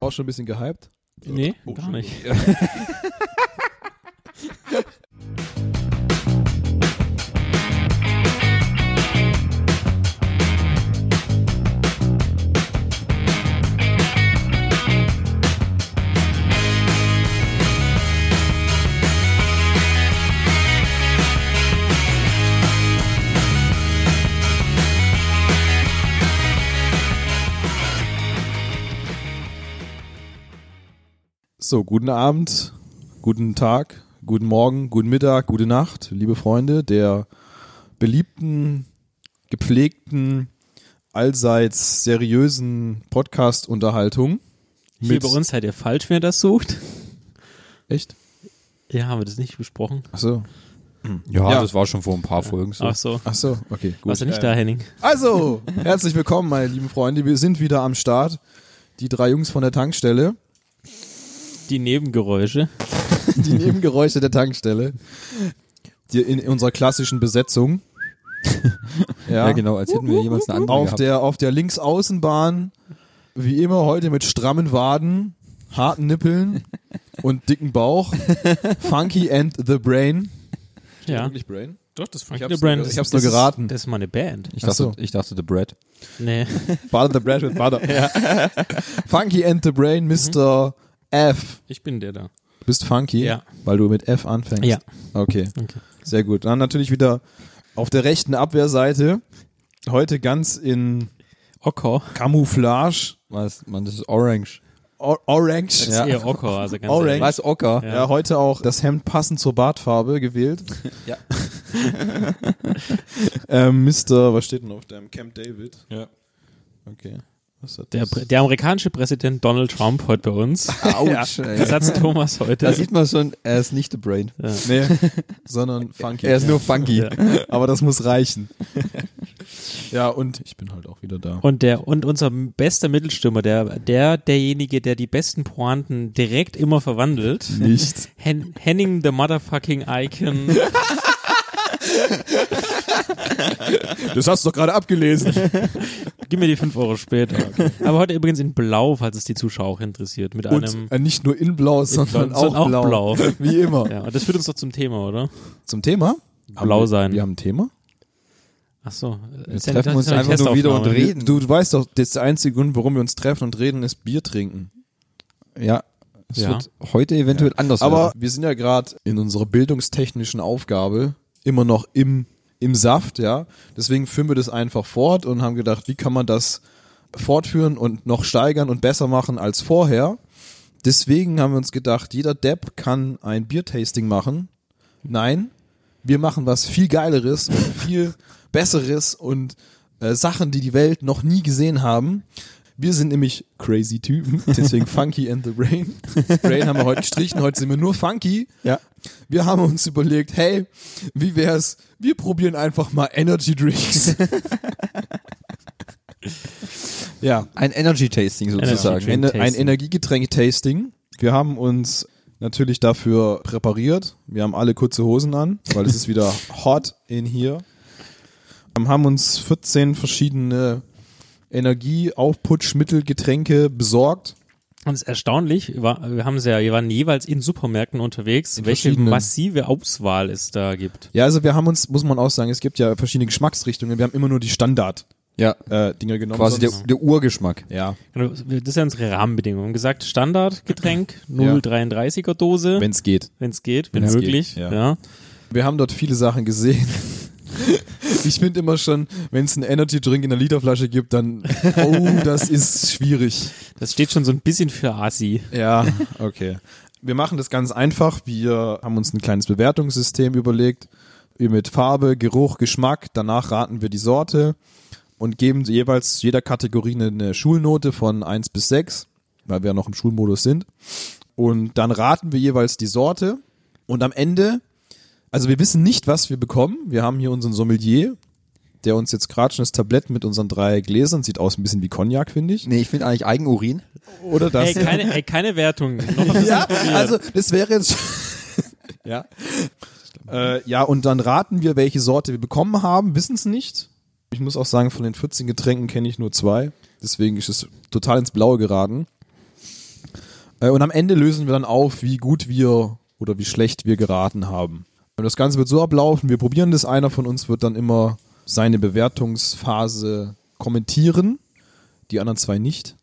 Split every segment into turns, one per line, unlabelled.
auch schon ein bisschen gehypt?
Nee,
Oh,
gar nicht.
So, guten Abend, guten Tag, guten Morgen, guten Mittag, gute Nacht, liebe Freunde der beliebten, gepflegten, allseits seriösen Podcast-Unterhaltung.
Hier bei uns seid ihr falsch, wer das sucht.
Echt?
Ja, haben wir das nicht besprochen.
Ach so. Ja.
Ja, das Hm. Also war schon vor ein paar Folgen so.
Ach so. äh,
Ach so, okay, gut.
Warst du nicht da, Henning?
Also, herzlich willkommen, meine lieben Freunde. Wir sind wieder am Start. Die drei Jungs von der Tankstelle.
Die Nebengeräusche.
Die Nebengeräusche der Tankstelle. Die in unserer klassischen Besetzung.
Ja, genau, als hätten wir jemals eine andere
Auf
gehabt.
der, auf der Linksaußenbahn, wie immer heute mit strammen Waden, harten Nippeln und dicken Bauch. Funky and the Brain.
Ja.
Brain?
Doch, das
Ich hab's nur geraten. Ich hab's nur geraten.
Das ist meine Band.
ich,
Ach
dachte,
so.
ich dachte, The Bread.
Nee.
Butter the Bread with Butter. Funky and the Brain,
Mhm.
Mr. F.
Ich bin der da.
Bist funky,
Ja.
weil du mit F anfängst.
Ja.
Okay.
Okay.
Sehr gut. Dann natürlich wieder auf der rechten Abwehrseite. Heute ganz in
Ocker.
Camouflage.
Was, Mann, das ist Orange.
Or Orange.
Das
Ja.
ist eher Ocker, also ganz
Orange.
Was, Ocker?
Ja. heute auch das Hemd passend zur Bartfarbe gewählt.
Ja.
ähm, Mr. Was steht denn auf deinem Camp David?
Ja.
Okay. Was hat
Der,
das?
Prä- der amerikanische Präsident Donald Trump heute bei uns.
Autsch, ey.
Satz Thomas
Da
heute.
sieht man schon, er ist nicht The Brain.
Nee, sondern funky.
Er ist nur funky.
Ja.
Aber das muss reichen. ja, und ich bin halt auch wieder da.
Und der und unser bester Mittelstürmer, der der derjenige, der die besten Pointen direkt immer verwandelt.
Nicht.
Hen Henning the motherfucking Icon.
Das hast du doch gerade abgelesen.
Gib mir die 5 Euro später. Aber heute übrigens in Blau, falls es die Zuschauer auch interessiert. Mit einem.
Und äh, nicht nur in blau, sondern
sondern
auch,
auch
blau.
blau.
Wie immer.
Ja, und das führt uns doch zum Thema, oder?
Zum Thema?
Blau sein.
Wir haben ein Thema?
Ach so.
Wir treffen uns einfach nur wieder und reden.
Du, du weißt doch, das ist der einzige Grund, warum wir uns treffen und reden, ist Bier trinken.
Ja. Es
Ja.
wird heute eventuell anders
Aber
werden.
wir sind ja gerade in unserer bildungstechnischen Aufgabe immer noch im, im Saft, ja. Deswegen führen wir das einfach fort und haben gedacht, wie kann man das fortführen und noch steigern und besser machen als vorher. Deswegen haben wir uns gedacht, jeder Depp kann ein Biertasting machen. Nein, wir machen was viel Geileres und viel Besseres und äh, Sachen, die die Welt noch nie gesehen haben. Wir sind nämlich crazy Typen, deswegen Funky and the Brain. Das Brain haben wir heute gestrichen, heute sind wir nur Funky.
Ja.
Wir haben uns überlegt, hey, wie wär's, wir probieren einfach mal Energy Drinks. ja,
Ein Energy Tasting
Energy
sozusagen.
Drink.
Ener- ein
Tasting.
Energiegetränk-Tasting. Wir haben uns natürlich dafür präpariert. Wir haben alle kurze Hosen an, weil es ist wieder hot in hier. Wir haben uns 14 verschiedene Energieaufputschmittel, Getränke besorgt.
Und es ist erstaunlich, war, wir, haben ja, wir waren jeweils in Supermärkten unterwegs, welche
verschiedenen.
massive Auswahl es da gibt.
Ja, also wir haben uns, muss man auch sagen, es gibt ja verschiedene Geschmacksrichtungen. Wir haben immer nur die Standard-Dinger
Ja.
genommen.
Quasi der,
sonst-
der Urgeschmack.
ja,
Genau, Das sind ja unsere Rahmenbedingungen. Wir haben gesagt, Standardgetränk,
Ja.
0,33er Dose,
wenn es geht.
wenn es geht, wenn
wenn's geht,
möglich.
ja.
ja.
Wir haben dort viele Sachen gesehen. Ich finde immer schon, wenn es einen Energy Drink in einer Literflasche gibt, dann, oh, das ist schwierig.
Das steht schon so ein bisschen für Assi.
Ja, okay. Wir machen das ganz einfach. Wir haben uns ein kleines Bewertungssystem überlegt. Mit Farbe, Geruch, Geschmack. Danach raten wir die Sorte und geben jeweils jeder Kategorie eine- eine Schulnote von 1 bis 6, weil wir ja noch im Schulmodus sind. Und dann raten wir jeweils die Sorte. Und am Ende, also wir wissen nicht, was wir bekommen. Wir haben hier unseren Sommelier, der uns jetzt gerade schon das Tablett mit unseren drei Gläsern sieht aus, ein bisschen wie Cognac, finde ich.
Nee, ich finde eigentlich Eigenurin.
Oder das?
Ey, keine, ey, keine Wertung. Noch ein
ja,
bisschen
also das wäre jetzt. ja. Äh, ja, und dann raten wir, welche Sorte wir bekommen haben, wissen es nicht. Ich muss auch sagen, von den 14 Getränken kenne ich nur zwei. Deswegen ist es total ins Blaue geraten. Äh, und am Ende lösen wir dann auf, wie gut wir oder wie schlecht wir geraten haben. Und das Ganze wird so ablaufen, wir probieren das, einer von uns wird dann immer seine Bewertungsphase kommentieren, die anderen zwei nicht.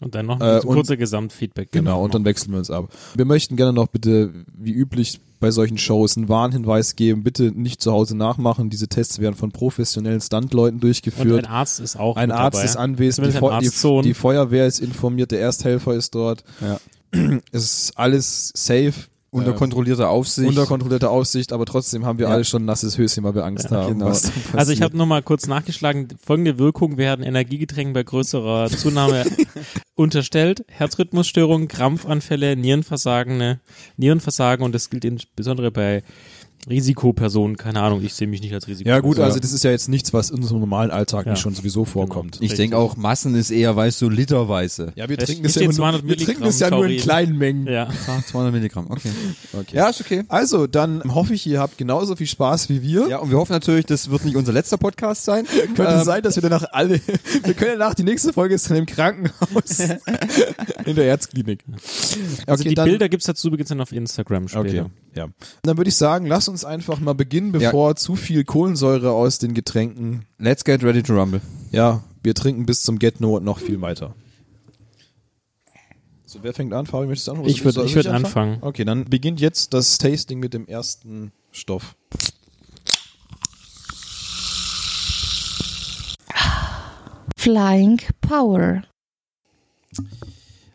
Und dann noch
Äh,
ein
und-
kurzer Gesamtfeedback.
Genau, und dann wechseln wir uns ab. Wir möchten gerne noch bitte, wie üblich bei solchen Shows, einen Warnhinweis geben. Bitte nicht zu Hause nachmachen. Diese Tests werden von professionellen Stuntleuten
und
durchgeführt.
ein Arzt ist auch
Ein
mit
Arzt
dabei.
ist anwesend, die,
Zumindest ein
Feu-
Arztsohn.
die, die Feuerwehr ist informiert, der Ersthelfer ist dort.
Ja.
Es ist alles safe,
Unter kontrollierter Aufsicht.
unter kontrollierter Aufsicht, aber trotzdem haben wir
Ja.
alle schon ein nasses Höschen, weil wir Angst haben.
genau.
Was-
Also ich habe nochmal kurz nachgeschlagen, folgende Wirkung werden Energiegetränken bei größerer Zunahme unterstellt. Herzrhythmusstörungen, Krampfanfälle, Nierenversagene, Nierenversagen und das gilt insbesondere bei Risikopersonen. Keine Ahnung, ich sehe mich nicht als
ja
Risikoperson.
gut, also das ist ja jetzt nichts, was in unserem normalen Alltag
Ja.
nicht schon sowieso vorkommt.
ich denke auch, Massen ist eher, weißt du, literweise.
Ja, wir
Es
trinken es ja
steht
immer nur,
200
wir trinken es ja
Milligramm
nur in
Taurin.
kleinen Mengen.
Ja.
200 Milligramm, okay.
Okay.
Ja, ist okay.
Also, dann hoffe ich, ihr habt genauso viel Spaß wie wir.
Ja, und wir hoffen natürlich, das wird nicht unser letzter Podcast sein.
Könnte sein, dass wir danach alle, wir können danach, die nächste Folge ist dann im Krankenhaus. in der Erzklinik.
Also
Okay,
die
dann-
Bilder gibt's dazu übrigens dann auf Instagram
Okay,
später.
ja. Dann würde ich sagen, lass uns einfach mal beginnen, bevor zu viel Kohlensäure aus den Getränken,
Let's get ready to rumble.
ja, wir trinken bis zum Get No und noch viel weiter. So, wer fängt an? Fabi, möchtest du anfangen?
Ich würd-
Soll
ich würd anfangen.
Okay, dann beginnt jetzt das Tasting mit dem ersten Stoff.
Flying Power.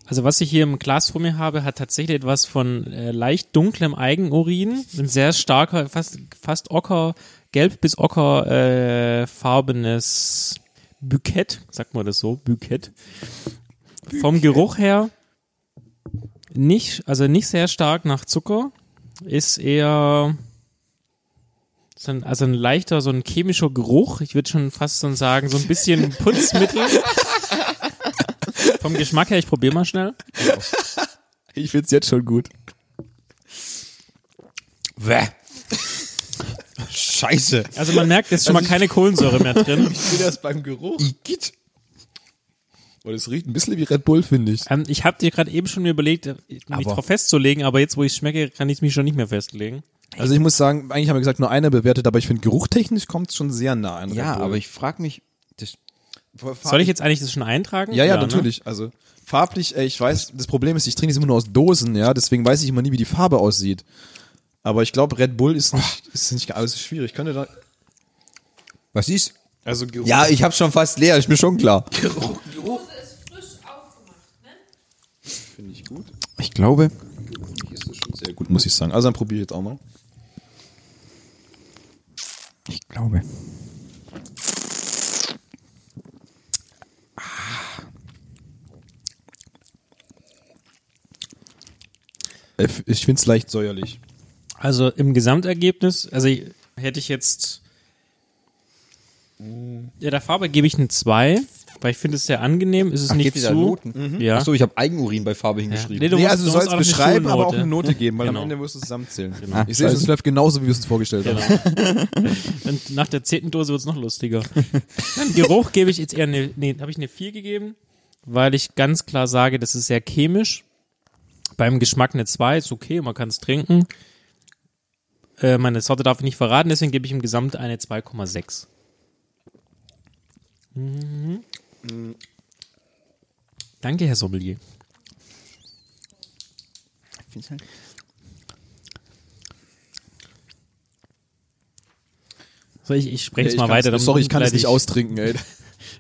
Also was ich hier im Glas vor mir habe, hat tatsächlich etwas von äh, leicht dunklem Eigenurin, ein sehr starker, fast, fast ocker, gelb bis ocker äh, farbenes Bukett, sagt man das so, Bukett. Vom Geruch her nicht, also nicht sehr stark nach Zucker, ist eher so ein, also ein leichter, so ein chemischer Geruch. Ich würde schon fast so sagen, so ein bisschen Putzmittel. Vom Geschmack her, ich probiere mal schnell.
Ich find's jetzt schon gut.
Bäh. Scheiße.
Also man merkt, jetzt ist schon mal keine Kohlensäure mehr drin.
Ich bin erst beim Geruch.
Igitt.
Und es riecht ein bisschen wie Red Bull, finde ich.
Ähm, ich habe dir gerade eben schon mir überlegt, äh, mich
Aber-
drauf festzulegen, aber jetzt, wo ich schmecke, kann ich mich schon nicht mehr festlegen.
Also ich muss sagen, eigentlich haben wir gesagt, nur einer bewertet, aber ich finde, geruchtechnisch kommt es schon sehr nah an Red
Ja,
Bull.
aber ich frage mich, das
Soll ich jetzt eigentlich das schon eintragen?
Ja, ja,
ne?
natürlich. Also farblich, ey, ich weiß, das Problem ist, ich trinke es immer nur aus Dosen, ja, deswegen weiß ich immer nie, wie die Farbe aussieht. Aber ich glaube, Red Bull ist nicht, ist nicht, also ist schwierig. Könnte da,
was ist?
also Geruch,
Ja, ich hab's schon fast leer, ist mir schon klar.
finde ich gut.
Ich glaube,
Hier ist es schon sehr gut, muss ich sagen. Also dann probiere ich jetzt auch mal.
ich glaube.
Äh, Ich finde es leicht säuerlich.
Also im Gesamtergebnis, also ich- hätte ich jetzt. Ja, der Farbe gebe ich eine 2, weil ich finde es sehr angenehm. Ist es nicht
gebt ihr
zu.
da Noten?
Ja.
Achso, ich habe Eigenurin bei Farbe hingeschrieben.
Nee, du
nee,
musst-
also du
du musst
sollst
auch noch eine
beschreiben, aber auch
Schulnote.
eine Note geben, weil
Genau.
am Ende musst du es zusammenzählen.
Genau.
Ich sehe schon, es läuft genauso, wie wir es uns vorgestellt haben.
Und nach der zehnten Dose wird's noch lustiger. Dann Geruch gebe ich jetzt eher eine, nee, habe ich eine 4 gegeben, weil ich ganz klar sage, das ist sehr chemisch. Beim Geschmack eine 2, ist okay, man kann es trinken. Äh, meine Sorte darf ich nicht verraten, deswegen gebe ich im Gesamt eine 2,6. Mhm. Danke, Herr Sommelier.
halt-
So, ich, ich spreche es mal weiter. damit
Sorry, ich kann es
leider
nicht austrinken, ey.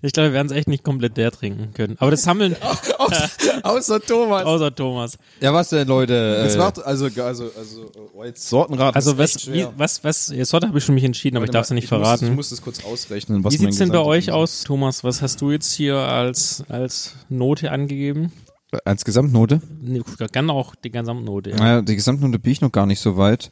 Ich glaube, wir werden es echt nicht komplett leer trinken können. Aber das sammeln
Außer Thomas.
außer Thomas.
Ja, was denn, Leute?
Jetzt
Äh,
macht, also, also, also, oh, jetzt Sortenrat.
Also
ist echt
was,
schwer.
wie, was, was, jetzt heute habe ich schon mich entschieden, aber ich darf es nicht
ich
verraten.
Muss, ich muss das kurz ausrechnen. Was
wie sieht's
mein
denn bei
gesamter
euch
Konsum-
aus, Thomas? Was hast du jetzt hier als, als Note angegeben?
Äh, als Gesamtnote?
Nee, kann auch die Gesamtnote. Ja.
Naja, die Gesamtnote bin ich noch gar nicht so weit.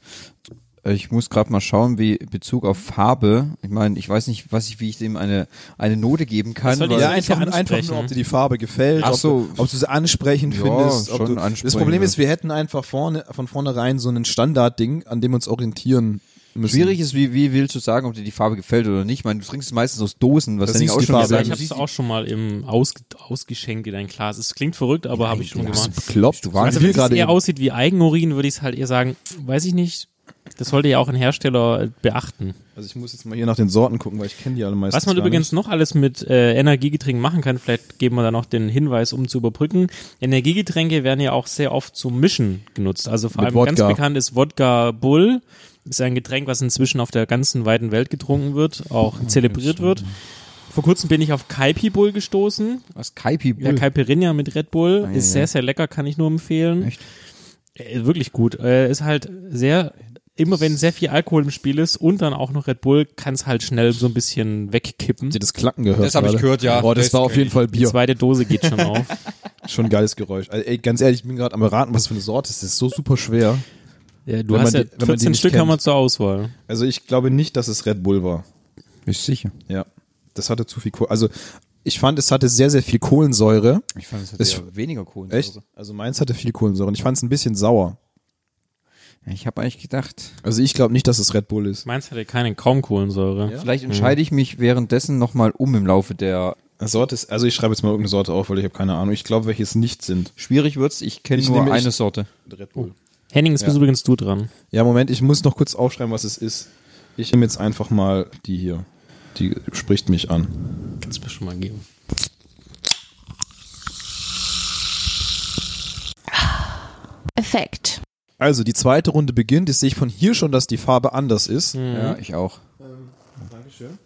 Äh, Ich muss gerade mal schauen, wie Bezug auf Farbe. Ich meine, ich weiß nicht, was ich, wie ich dem eine eine Note geben kann.
soll die
weil-
Ja,
Also nicht
einfach,
ansprechen.
einfach nur, ob dir die Farbe gefällt,
Ach
ob
so.
du- ob du sie ansprechend
Ja,
findest. Ob
schon
du, das
ansprechend.
Problem ist, wir hätten einfach vorne, von vornherein so einen Standardding, an dem wir uns orientieren müssen.
Schwierig ist, wie, wie willst du sagen, ob dir die Farbe gefällt oder nicht? Ich meine, du trinkst es meistens aus Dosen, was
Da
dann
siehst
auch
du die
schon
Farbe.
gesagt
Ich
du
habe es
siehst
auch schon mal im Aus, ausgeschenkt in ein Glas. Es klingt verrückt, aber habe ich schon gemacht.
Bekloppt.
Du warst
waren
Also
wir
wenn es
gerade
eher
eben-
aussieht wie Eigenurin, würde ich es halt eher sagen, weiß ich nicht. Das sollte ja auch ein Hersteller äh, beachten.
Also ich muss jetzt mal hier nach den Sorten gucken, weil ich kenne die alle meistens
Was man
gar
übrigens noch alles mit äh, Energiegetränken machen kann, vielleicht geben wir da noch den Hinweis, um zu überbrücken. Energiegetränke werden ja auch sehr oft zum Mischen genutzt. Also vor
Mit
allem ganz
Wodka.
bekannt ist Wodka Bull. Ist ein Getränk, was inzwischen auf der ganzen weiten Welt getrunken wird, auch zelebriert wird. Vor kurzem bin ich auf Kaipi Bull gestoßen.
Was Kaipi
Der Caipirinha mit Red Bull
Ah, ja,
ist
ja.
sehr, sehr lecker, kann ich nur empfehlen.
Echt?
Äh, Wirklich gut. Äh, Ist halt sehr, immer wenn sehr viel Alkohol im Spiel ist und dann auch noch Red Bull, kann es halt schnell so ein bisschen wegkippen.
Habt ihr das Klacken gehört?
Das hab ich
gerade?
gehört, ja.
Boah, das,
Das
war
kenn
auf jeden
ich.
Fall
Die
Bier.
zweite Dose geht schon auf.
Schon ein geiles Geräusch. Also, ey, ganz ehrlich, ich bin gerade am Raten, was für eine Sorte ist. Das ist so super schwer.
Äh, Du
Wenn
hast
man
ja
die- wenn man die
14
nicht
Stück haben wir
kennt.
zur Auswahl.
Also ich glaube nicht, dass es Red Bull war.
Ist sicher.
Ja. Das hatte zu viel Kohl. Also ich fand, es hatte sehr, sehr viel Kohlensäure.
Ich fand, es hat
Ist-
eher weniger Kohlen.
Echt? Also meins hatte viel Kohlensäure und ich fand es ein bisschen sauer.
Ich habe eigentlich gedacht,
Also ich glaube nicht, dass es Red Bull ist.
Meins hatte keine, kaum Kohlensäure.
vielleicht entscheide ich mich währenddessen nochmal um im Laufe der.
Sorte ist, also ich schreibe jetzt mal irgendeine Sorte auf, weil ich habe keine Ahnung. Ich glaube, welche es nicht sind.
Schwierig wird's, ich kenne
Ich
nur
nehme-
eine
ich-
Sorte.
Red Bull.
Henning, jetzt bist übrigens du dran.
Ja, Moment, ich muss noch kurz aufschreiben, was es ist. Ich nehme jetzt einfach mal die hier. Die spricht mich an.
Kannst mir schon mal geben.
Effekt.
Also, die zweite Runde beginnt. Jetzt sehe ich von hier schon, dass die Farbe anders ist.
Ja, ich auch.
Dankeschön.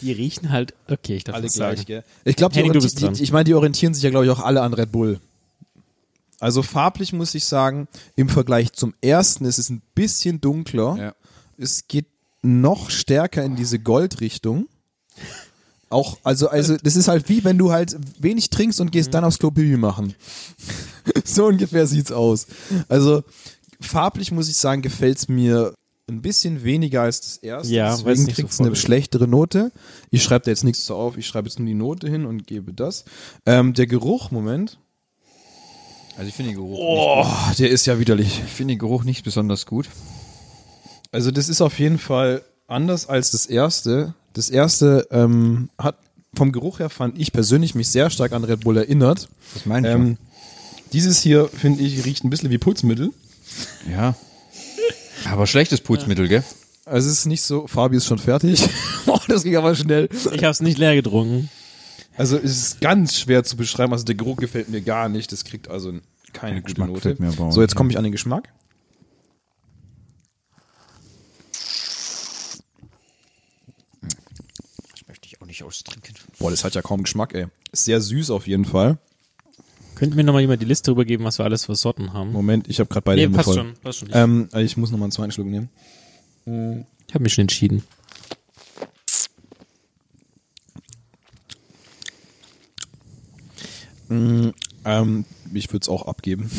Die riechen halt, okay, ich darf
Alle
das
gleich,
sagen.
gell? Ich glaube, die,
Henning, du
orienti-
bist dran.
die, ich meine, die orientieren sich ja, glaube ich, auch alle an Red Bull. Also farblich muss ich sagen, im Vergleich zum ersten ist es ein bisschen dunkler.
Ja.
Es geht noch stärker in diese Goldrichtung. Auch, also, also, das ist halt wie wenn du halt wenig trinkst und
Mhm.
gehst dann aufs Klo Pipi machen. so ungefähr sieht's aus. Also, farblich muss ich sagen, gefällt's mir ein bisschen weniger als das erste.
Ja, weil es
Deswegen
nicht
kriegt's
so voll
eine
ist.
schlechtere Note. Ich schreibe da jetzt nichts zu auf, ich schreibe jetzt nur die Note hin und gebe das. Ähm, der Geruch, Moment.
Also ich finde den Geruch.
Oh, der ist ja widerlich.
Ich finde den Geruch nicht besonders gut.
Also das ist auf jeden Fall anders als das erste. Das erste ähm, hat vom Geruch her fand ich persönlich mich sehr stark an Red Bull erinnert.
Das meine ich.
Ähm, dieses hier finde ich riecht ein bisschen wie Putzmittel.
schon. ja. Aber schlechtes Putzmittel, gell?
Also es ist nicht so. Fabi ist schon fertig. Boah, das ging aber schnell.
Ich hab's nicht leer getrunken.
Also es ist ganz schwer zu beschreiben. Also der Geruch gefällt mir gar nicht. Das kriegt also keine gute
Der Geschmack
Note.
gefällt mir aber auch
so jetzt
nicht.
komme ich an den Geschmack.
Möchte ich auch nicht austrinken.
Boah, das hat ja kaum Geschmack, ey. Ist sehr süß auf jeden Fall.
Könnten mir nochmal jemand die Liste rübergeben, was wir alles für Sorten haben?
Moment, ich habe gerade beide
Nee,
Hände
passt
voll.
schon, passt schon. Ich-
Ähm, ich muss nochmal einen zweiten Schluck nehmen.
Ich habe mich schon entschieden.
Ähm, ich würde es auch abgeben.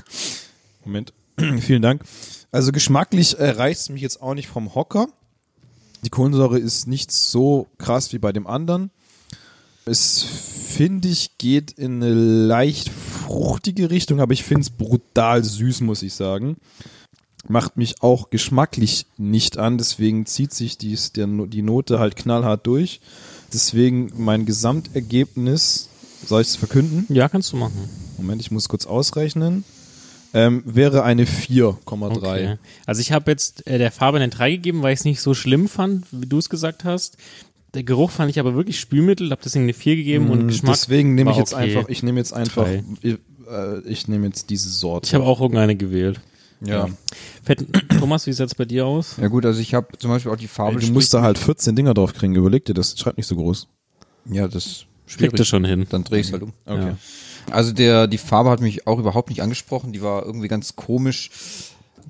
Moment. Vielen Dank. Also geschmacklich äh, reißt es mich jetzt auch nicht vom Hocker. Die Kohlensäure ist nicht so krass wie bei dem anderen. Es, finde ich, geht in eine leicht fruchtige Richtung, aber ich finde es brutal süß, muss ich sagen. Macht mich auch geschmacklich nicht an, deswegen zieht sich dies, der, No- die Note halt knallhart durch. Deswegen mein Gesamtergebnis, soll ich es verkünden?
Ja, kannst du machen.
Moment, ich muss kurz ausrechnen. Ähm, wäre eine 4,3.
Okay. Also ich habe jetzt äh, der Farbe eine 3 gegeben, weil ich es nicht so schlimm fand, wie du es gesagt hast. Der Geruch fand ich aber wirklich Spülmittel, habe deswegen eine 4 gegeben und Geschmack.
Mm, Deswegen nehme
war
ich jetzt
okay.
einfach, ich nehme jetzt einfach,
Drei.
ich, äh, ich nehme jetzt diese Sorte.
Ich habe auch irgendeine gewählt.
Ja.
Ja.
Fett, Thomas, wie sieht's bei dir aus?
Ja gut, also ich habe zum Beispiel auch die Farbe.
du musst da halt 14 Dinger drauf kriegen, überleg dir das, schreib nicht so groß.
ja, das ist
Kriegt
schwierig.
er schon hin.
Dann dreh ich's halt um.
Okay.
Also der, die Farbe hat mich auch überhaupt nicht angesprochen. Die war irgendwie ganz komisch.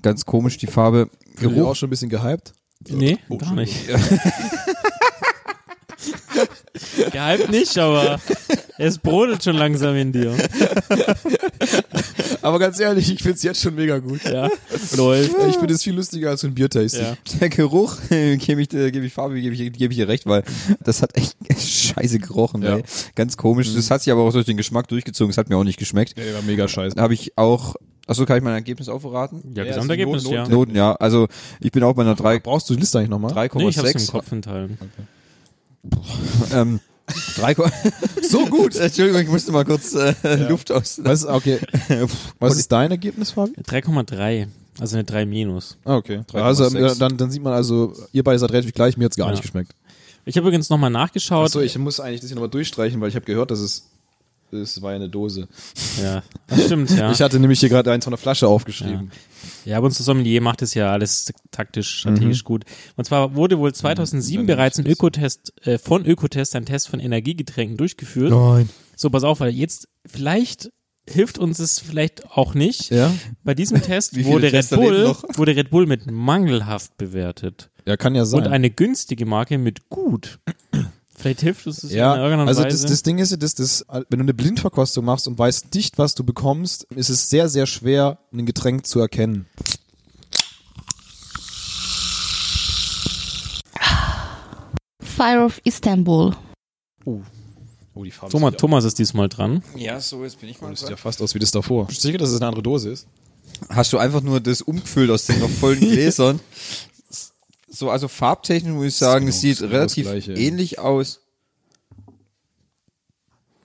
Ganz komisch, die Farbe.
Geruch
Geruch.
auch schon ein bisschen gehypt.
Nee, gar Oh, nicht. Gehypt nicht, aber es brodelt schon langsam in dir.
Aber ganz ehrlich, ich finde es jetzt schon mega gut.
Ja, läuft.
Ich finde es viel lustiger als so ein Biertasting.
Ja.
Der Geruch, äh, gebe ich, dir- gebe ich Farbe, gebe ich, gebe ich ihr recht, weil das hat echt scheiße gerochen.
Ja. Mhm.
Ey. Ganz komisch. Das hat sich aber auch durch den Geschmack durchgezogen. Das hat mir auch nicht geschmeckt.
Der war mega scheiße.
habe ich auch, Achso, kann ich mein Ergebnis auch verraten?
Ja,
Ja,
Gesamtergebnis,
also Not-
ja.
Not-
Noten, ja. Also ich bin auch bei einer drei-
Brauchst du die Liste eigentlich nochmal?
3,6.
Nee, ich hab's im Kopf enthalten.
Ähm, 3, so gut. Entschuldigung, ich musste mal kurz äh, Luft aus.
Was, okay. Was ist dein Ergebnis, Fabi?
3,3. Also eine 3 minus.
Ah, okay.
3,6.
Also äh, dann, dann sieht man also, ihr beide seid relativ gleich, mir hat's gar
Ja.
nicht geschmeckt.
Ich habe übrigens nochmal nachgeschaut.
Achso, ich muss eigentlich das hier nochmal durchstreichen, weil ich habe gehört, dass es, es war ja eine Dose.
ja, das stimmt, ja.
Ich hatte nämlich hier gerade eins von der Flasche aufgeschrieben.
Ja, aber unser Sommelier macht es ja alles taktisch,
Mhm.
strategisch gut. Und zwar wurde wohl 2007 bereits ein Ökotest, äh, von Ökotest ein Test von Energiegetränken durchgeführt.
Nein.
So, pass auf, weil jetzt vielleicht hilft uns es vielleicht auch nicht.
Ja?
Bei diesem Test
Wie viele
wurde Red,
Tester leben
Bull,
noch?
wurde Red Bull mit mangelhaft bewertet
Ja, kann ja sein.
und eine günstige Marke mit gut. Vielleicht hilft uns das
ja,
in irgendeiner
also das,
Weise.
das Ding ist ja, dass das, wenn du eine Blindverkostung machst und weißt nicht, was du bekommst, ist es sehr, sehr schwer, ein Getränk zu erkennen.
Fire of Istanbul.
Oh, die Farbe
Thomas, Thomas ist diesmal dran.
Ja, so jetzt bin ich mal.
sieht ja fast aus wie das davor. Bist du sicher, dass es eine andere Dose ist?
Hast du einfach nur das umgefüllt aus den noch vollen Gläsern? so, also farbtechnisch muss ich sagen,
genau-
es sieht
ist genau das
relativ
Gleiche, ja.
ähnlich aus.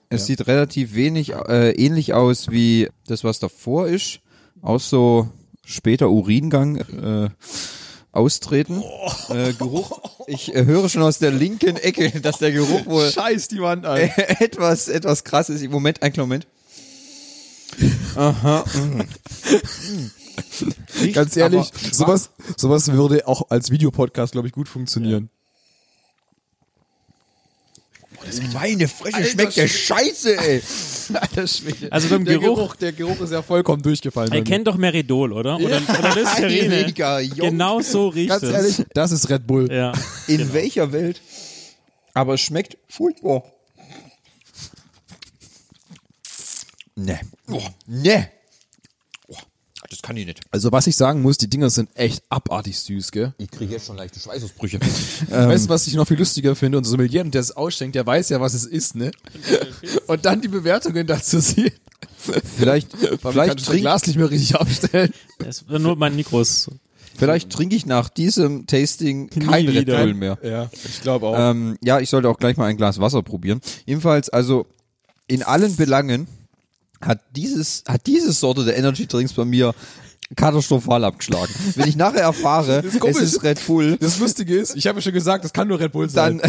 Es sieht relativ wenig äh, ähnlich aus wie das, was davor ist. Auch so später Uringang äh, austreten. Äh, Geruch. Ich äh, höre schon aus der linken Ecke, dass der Geruch wohl
Scheiß die Wand, Alter.
etwas, etwas krass ist. Moment, einen kleinen Moment. Aha. mm. Mm. Riecht
Ganz ehrlich,
aber-
sowas, sowas würde auch als Videopodcast, glaube ich, gut funktionieren.
Meine Fresse, schmeckt der Scheiße, ey.
Also beim
der
Geruch.
Der Geruch ist ja vollkommen durchgefallen.
Ihr kennt doch Meridol, oder? Oder, oder Listerine.
Heiliger Jung.
Genau so riecht
Ganz
es.
ehrlich, das ist Red Bull.
Ja.
In welcher Welt? Aber es schmeckt furchtbar. Nee. Oh, nee. Oh, das kann ich nicht.
Also was ich sagen muss, die Dinger sind echt abartig süß, gell? Ähm.
Ich kriege jetzt schon leichte Schweißausbrüche.
weißt du, was ich noch viel lustiger finde? Unser Sommelier, der es ausschenkt, der weiß ja, was es ist, ne? Und dann die Bewertungen dazu sehen.
vielleicht vielleicht
das
trinke
Glas nicht mehr richtig abstellen.
Es, nur mein Mikro ist
vielleicht trink ich nach diesem Tasting kein
Nie
Red
wieder.
Bull mehr.
Ja, ich glaube auch.
Ähm, ja, ich sollte auch gleich mal ein Glas Wasser probieren. Jedenfalls, also in allen Belangen hat dieses, hat diese Sorte der Energy Drinks bei mir katastrophal abgeschlagen. Wenn ich nachher erfahre,
ist komisch.
es ist Red Bull,
das Lustige ist, ich habe ja schon gesagt, das kann nur Red Bull
dann,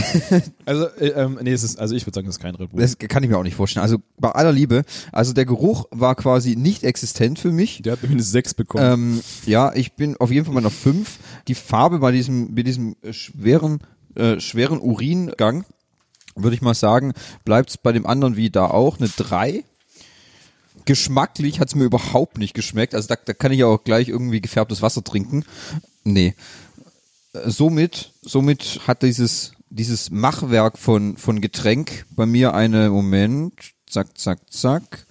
Also, äh, ähm, nee, es ist, also ich würde sagen, das ist kein Red Bull.
das kann ich mir auch nicht vorstellen. Also bei aller Liebe, also der Geruch war quasi nicht existent für mich.
der hat mindestens sechs bekommen.
Ähm, ja, ich bin auf jeden Fall bei einer 5. Die Farbe bei diesem, bei diesem äh, schweren, äh, schweren Uringang, würde ich mal sagen, bleibt es bei dem anderen wie da auch eine 3. Geschmacklich hat es mir überhaupt nicht geschmeckt. Also da, da kann ich ja auch gleich irgendwie gefärbtes Wasser trinken. Nee. Äh, Somit, somit hat dieses, dieses Machwerk von, von Getränk bei mir eine, Moment, zack, zack, zack.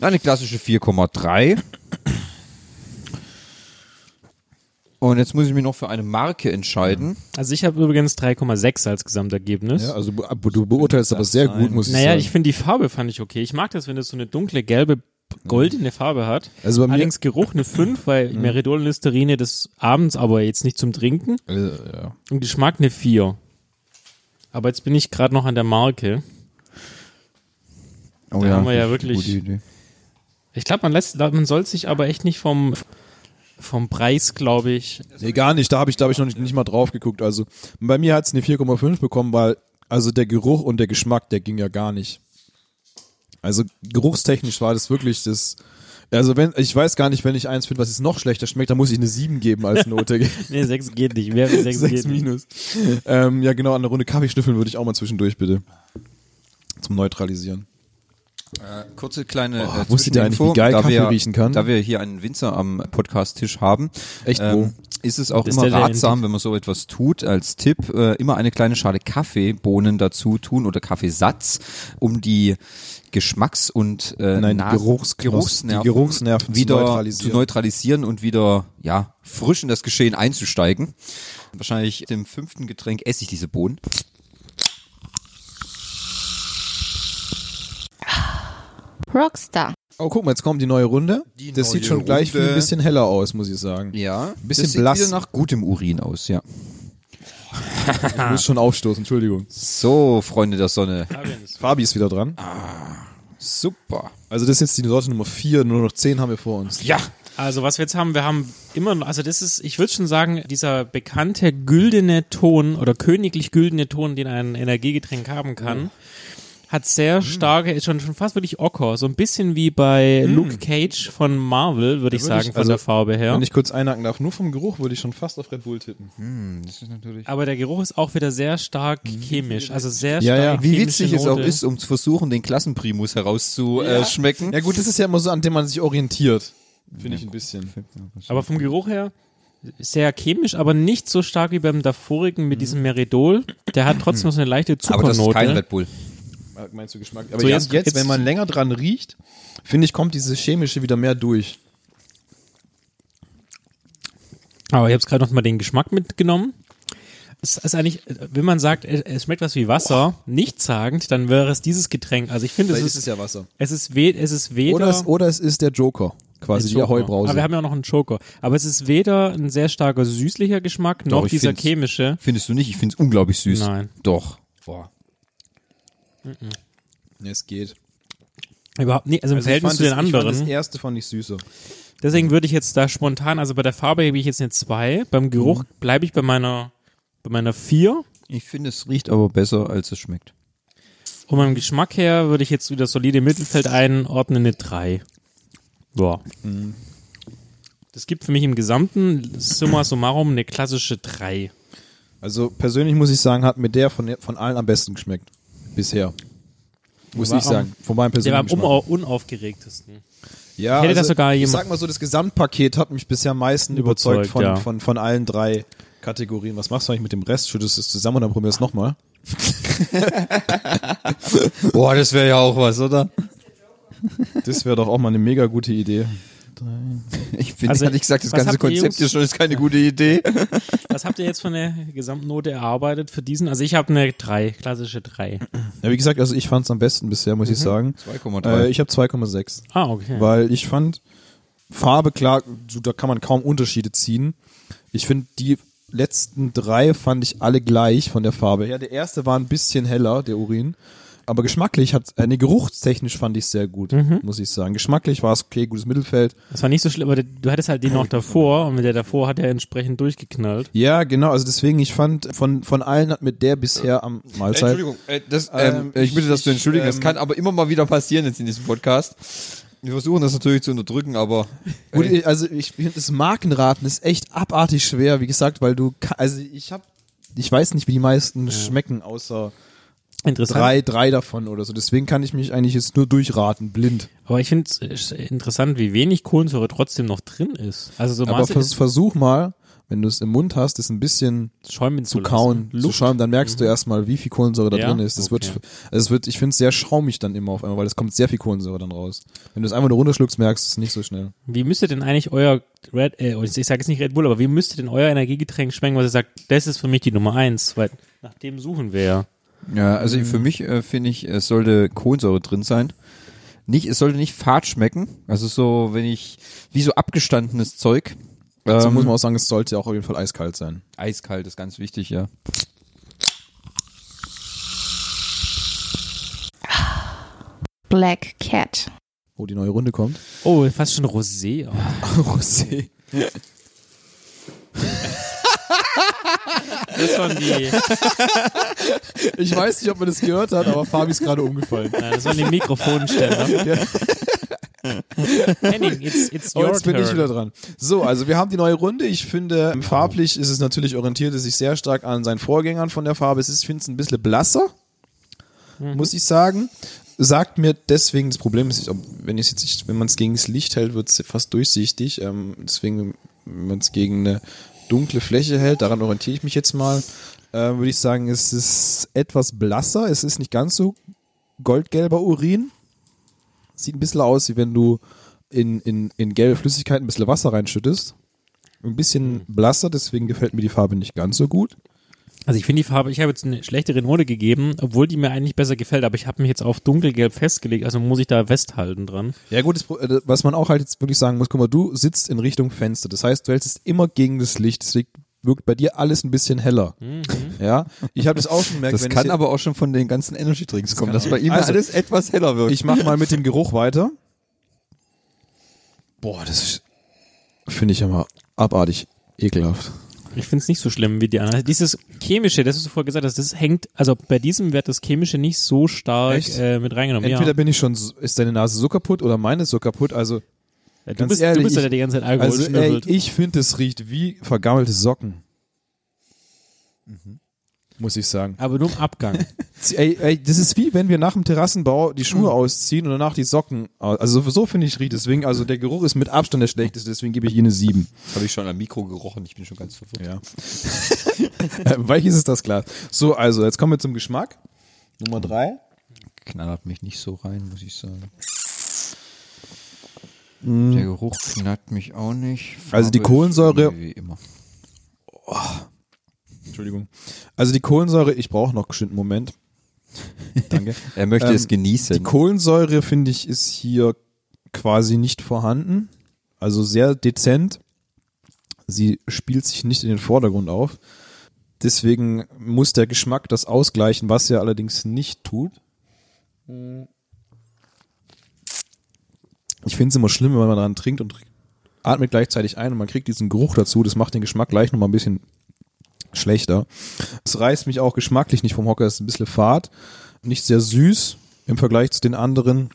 Eine klassische 4,3. Und jetzt muss ich mich noch für eine Marke entscheiden.
Also ich habe übrigens 3,6 als Gesamtergebnis.
ja, also be- du beurteilst aber sehr gut, muss ich
naja,
sagen.
ich finde die Farbe fand ich okay. Ich mag das, wenn das so eine dunkle, gelbe, goldene Farbe hat.
Also bei mir-
Allerdings Geruch eine 5, weil Meridol und Listerine des Abends, aber jetzt nicht zum Trinken.
Äh, ja.
Und Geschmack eine 4. Aber jetzt bin ich gerade noch an der Marke.
Oh
Da haben wir Oh ja wirklich-
Gute Idee.
Ich glaube, man, lässt- man soll sich aber echt nicht vom, vom Preis, glaube ich,
Nee, gar nicht. Da habe ich, da hab ich noch nicht, nicht mal drauf geguckt. Also bei mir hat es eine 4,5 bekommen, weil also der Geruch und der Geschmack, der ging ja gar nicht. Also geruchstechnisch war das wirklich das. Also wenn ich weiß gar nicht, wenn ich eins finde, was jetzt noch schlechter schmeckt, dann muss ich eine 7 geben als Note.
Nee, 6 geht nicht. Mehr als 6,
6
geht nicht.
minus. Ähm, ja, genau, an der Runde Kaffee schnüffeln würde ich auch mal zwischendurch, bitte. Zum Neutralisieren.
Äh, Kurze kleine äh,
Oh, wusstet ihr eigentlich, wie
Zwischeninfo,
geil
da
Kaffee
wir,
riechen kann?
Da wir hier einen Winzer am Podcast-Tisch haben,
Echt, wo?
ähm, ist es auch
Ist
immer
der der
ratsam, wenn man so etwas tut, als Tipp, äh, immer eine kleine Schale Kaffeebohnen dazu tun oder Kaffeesatz, um die Geschmacks- und äh,
Nein, die
Nas-
Geruchsknospen,
Geruchsnerven,
die Geruchsnerven zu
wieder
neutralisieren.
zu neutralisieren und wieder ja frisch in das Geschehen einzusteigen. Wahrscheinlich dem fünften Getränk esse ich diese Bohnen.
Rockstar.
Oh, guck mal, jetzt kommt die neue Runde.
Die
das
neue
sieht schon gleich
Runde.
ein bisschen heller aus, muss ich sagen.
Ja.
Ein bisschen
das sieht
blass.
wieder nach gutem Urin aus, ja.
Ich muss schon aufstoßen, Entschuldigung.
So, Freunde der Sonne.
Fabi ist wieder dran.
Super.
Also das ist jetzt die Sorte Nummer 4, nur noch 10 haben wir vor uns.
Ja.
Also was wir jetzt haben, wir haben immer, noch- also das ist, ich würde schon sagen, dieser bekannte güldene Ton oder königlich güldene Ton, den ein Energiegetränk haben kann,
Oh.
hat
Hm.
sehr starke, ist schon, schon fast wirklich Ocker, so ein bisschen wie bei
Hm.
Luke Cage von Marvel, würde ich
würde ich-
sagen, von
also,
der Farbe her.
Wenn ich kurz einhaken darf, nur vom Geruch würde ich schon fast auf Red Bull tippen.
Hm?
Das ist natürlich.
Aber der Geruch ist auch wieder sehr stark chemisch, also sehr
Ja,
stark
ja.
Hm. Wie
chemische
witzig es auch
Note.
ist, um zu versuchen, den Klassenprimus herauszuschmecken.
Ja gut, das ist ja immer so, an dem man sich orientiert. Finde ich ein bisschen.
Aber vom Geruch her sehr chemisch, aber nicht so stark wie beim davorigen mit diesem Meridol. Der hat trotzdem so eine leichte Zuckernote.
Hm. aber das ist kein
ne?
Red Bull.
Ah, Meinst du Geschmack? Aber
So,
ja,
jetzt-
jetzt,
jetzt-
wenn man länger dran riecht, finde ich, kommt dieses Chemische wieder mehr durch.
Aber ich habe gerade noch mal den Geschmack mitgenommen. Es ist eigentlich, äh, wenn man sagt, äh, es schmeckt was wie Wasser, nicht sagend, dann wäre es dieses Getränk. Also ich finde, es
Vielleicht
ist,
ist es ja Wasser.
es ist, we, es ist weder
Oder es, oder es ist der Joker,
ein
quasi die
Joker.
Ahoi-Brause.
Aber wir haben ja auch noch einen Joker. Aber es ist weder ein sehr starker süßlicher Geschmack noch
ich
dieser
find's-
chemische.
Findest du nicht? Ich finde es unglaublich süß.
Nein.
Doch. Boah.
Ja, es geht.
Überhaupt nicht. Also im
ich
Verhältnis
fand
zu den
das, ich fand
anderen.
Das erste fand ich süßer.
Deswegen würde ich jetzt da spontan, also bei der Farbe gebe ich jetzt eine 2, beim
Mhm.
Geruch bleibe ich bei meiner, bei meiner 4
Ich finde, es riecht aber besser, als es schmeckt.
und beim Geschmack her würde ich jetzt wieder solide Mittelfeld einordnen, eine 3. Boah.
Mhm.
Das gibt für mich im Gesamten summa summarum eine klassische 3.
Also persönlich muss ich sagen, hat mir der von, von allen am besten geschmeckt. Bisher. Muss
War
ich sagen. Von meinem
Der war am
persönlichen Geschmack.
unau- unaufgeregtesten.
Ja, also
Hätte das sogar
ich
jemand-
sag mal so, das Gesamtpaket hat mich bisher am meisten überzeugt,
Überzeugt,
von,
ja.
von, von allen drei Kategorien. Was machst du eigentlich mit dem Rest? Schüttest du es zusammen und dann probierst du es nochmal?
Boah, das wäre ja auch was, oder?
Das wäre doch auch mal eine mega gute Idee.
Ich finde,
Also,
ehrlich gesagt, das
was
ganze
habt ihr, Jungs?
Konzept hier schon ist keine gute Idee.
Was habt ihr jetzt von der Gesamtnote erarbeitet für diesen? Also ich habe eine 3, klassische 3.
Ja, wie gesagt, also ich fand es am besten bisher, muss ich
Mhm.
sagen.
2,3.
Äh, ich habe 2,6.
Ah, okay.
Weil ich fand, Farbe, klar, so, da kann man kaum Unterschiede ziehen. Ich finde, die letzten drei fand ich alle gleich von der Farbe. Ja, der erste war ein bisschen heller, der Urin. Aber geschmacklich hat, äh, nee, geruchstechnisch fand ich sehr gut, muss ich sagen. Geschmacklich war es okay, gutes Mittelfeld.
Das war nicht so schlimm, aber du hattest halt den noch davor und mit der davor hat er entsprechend durchgeknallt.
Ja, genau, also deswegen, ich fand, von, von allen hat mir der bisher am
Äh,
Mahlzeit.
Entschuldigung, äh, das, ähm,
Ähm,
ich bitte das zu
ich-
entschuldigen, das
ähm,
kann aber immer mal wieder passieren jetzt in diesem Podcast. Wir versuchen das natürlich zu unterdrücken, aber
Gut, ich- also ich finde das Markenraten ist echt abartig schwer, wie gesagt, weil du, ka- also ich habe, ich weiß nicht, wie die meisten schmecken, außer
Interessant.
drei, drei davon oder so. Deswegen kann ich mich eigentlich jetzt nur durchraten, blind.
Aber ich finde es interessant, wie wenig Kohlensäure trotzdem noch drin ist. Also so
Aber
Maße
vers
ist
versuch mal, wenn du es im Mund hast, es ein bisschen
schäumen
zu kauen, zu schauen, dann merkst du erstmal, wie viel Kohlensäure da
Ja?
drin ist. Das wird,
Okay.
also es wird, ich finde es sehr schaumig dann immer auf einmal, weil es kommt sehr viel Kohlensäure dann raus. Wenn du es einfach nur runterschluckst, merkst du es nicht so schnell.
Wie müsste denn eigentlich euer Red, äh, ich sage jetzt nicht Red Bull, aber wie müsste denn euer Energiegetränk schmecken, was ihr sagt, das ist für mich die Nummer eins, weil nach dem suchen wir ja.
Ja, also für
Mhm.
mich äh, finde ich, es sollte Kohlensäure drin sein. Nicht, es sollte nicht fad schmecken. Also so, wenn ich, wie so abgestandenes Zeug.
Also
Ähm,
muss man auch sagen, es sollte auch auf jeden Fall eiskalt sein.
Eiskalt ist ganz wichtig, ja.
Black Cat.
Oh, die neue Runde kommt.
Oh, fast schon Rosé. Oh.
Rosé.
Das waren die,
Ich weiß nicht, ob man das gehört hat, aber Fabi ist gerade umgefallen.
nein, das waren die Mikrofonständer. Henning, it's, it's
Oh,
your
jetzt bin
turn.
ich wieder dran. So, also wir haben die neue Runde. Ich finde, farblich ist es natürlich orientiert, es sich sehr stark an seinen Vorgängern von der Farbe. Es ist, ich finde es ein bisschen blasser, muss ich sagen. Sagt mir deswegen, das Problem ist, ich- ob- wenn ich es jetzt nicht, wenn man es gegen das Licht hält, wird es fast durchsichtig. Ähm, deswegen, wenn man es gegen eine dunkle Fläche hält, daran orientiere ich mich jetzt mal, äh, würde ich sagen, es ist etwas blasser. Es ist nicht ganz so goldgelber Urin. Sieht ein bisschen aus, wie wenn du in, in, in gelbe Flüssigkeit ein bisschen Wasser reinschüttest. Ein bisschen blasser, deswegen gefällt mir die Farbe nicht ganz so gut.
Also ich finde die Farbe, ich habe jetzt eine schlechtere Note gegeben, obwohl die mir eigentlich besser gefällt, aber ich habe mich jetzt auf dunkelgelb festgelegt, also muss ich da festhalten dran.
Ja gut, das, Pro- äh, was man auch halt jetzt wirklich sagen muss, guck mal, du sitzt in Richtung Fenster. Das heißt, du hältst es immer gegen das Licht. Deswegen wirkt bei dir alles ein bisschen heller. Ja, ich habe das auch schon gemerkt.
Das
wenn ich
kann
hier-
aber auch schon von den ganzen Energy Drinks kommen, dass bei ihm
Also,
alles etwas heller wird.
Ich mache mal mit dem Geruch weiter. Boah, das finde ich immer abartig ekelhaft.
Ich finde es nicht so schlimm wie die anderen. Also Dieses Chemische, das hast du vorher gesagt hast, das hängt, also bei diesem wird das Chemische nicht so stark
Echt?
äh, mit reingenommen.
Entweder
ja.
bin ich schon, so- ist deine Nase so kaputt oder meine ist so kaputt. Also,
Ja, du,
ganz
bist,
ehrlich,
du bist ja
ich-
der die ganze Zeit Alkohol
also ey,
schnüffelt.
ich finde, es riecht wie vergammelte Socken.
Mhm.
Muss ich sagen.
aber nur im Abgang.
Ey, ey, das ist wie wenn wir nach dem Terrassenbau die
Mhm.
Schuhe ausziehen und danach die Socken. aus- Also so finde ich riecht. Deswegen, also der Geruch ist mit Abstand der schlechteste, deswegen gebe ich Ihnen eine 7.
habe ich schon am Mikro gerochen, ich bin schon ganz verwirrt.
Ja. Äh, Welches ist das Glas? So, also jetzt kommen wir zum Geschmack. Nummer 3.
Knallert mich nicht so rein, muss ich sagen. Der Geruch knallt mich auch nicht.
Mhm. Also die
Farbe ist
Kohlensäure-
irgendwie Wie immer.
Entschuldigung. Also die Kohlensäure, ich brauche noch geschwind einen Moment. Danke.
Er möchte
Ähm,
es genießen.
Die Kohlensäure, finde ich, ist hier quasi nicht vorhanden. Also sehr dezent. Sie spielt sich nicht in den Vordergrund auf. Deswegen muss der Geschmack das ausgleichen, was er allerdings nicht tut. Ich finde es immer schlimm, wenn man daran trinkt und atmet gleichzeitig ein und man kriegt diesen Geruch dazu. Das macht den Geschmack gleich nochmal ein bisschen schlechter. Es reißt mich auch geschmacklich nicht vom Hocker, es ist ein bisschen fad, nicht sehr süß im Vergleich zu den anderen.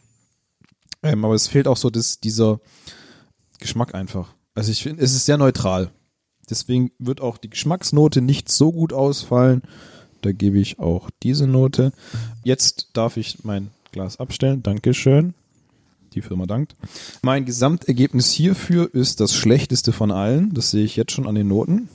Ähm, aber es fehlt auch so das, dieser Geschmack einfach. Also ich finde, es ist sehr neutral. Deswegen wird auch die Geschmacksnote nicht so gut ausfallen. Da gebe ich auch diese Note. Jetzt darf ich mein Glas abstellen. Dankeschön. Die Firma dankt. Mein Gesamtergebnis hierfür ist das schlechteste von allen. Das sehe ich jetzt schon an den Noten.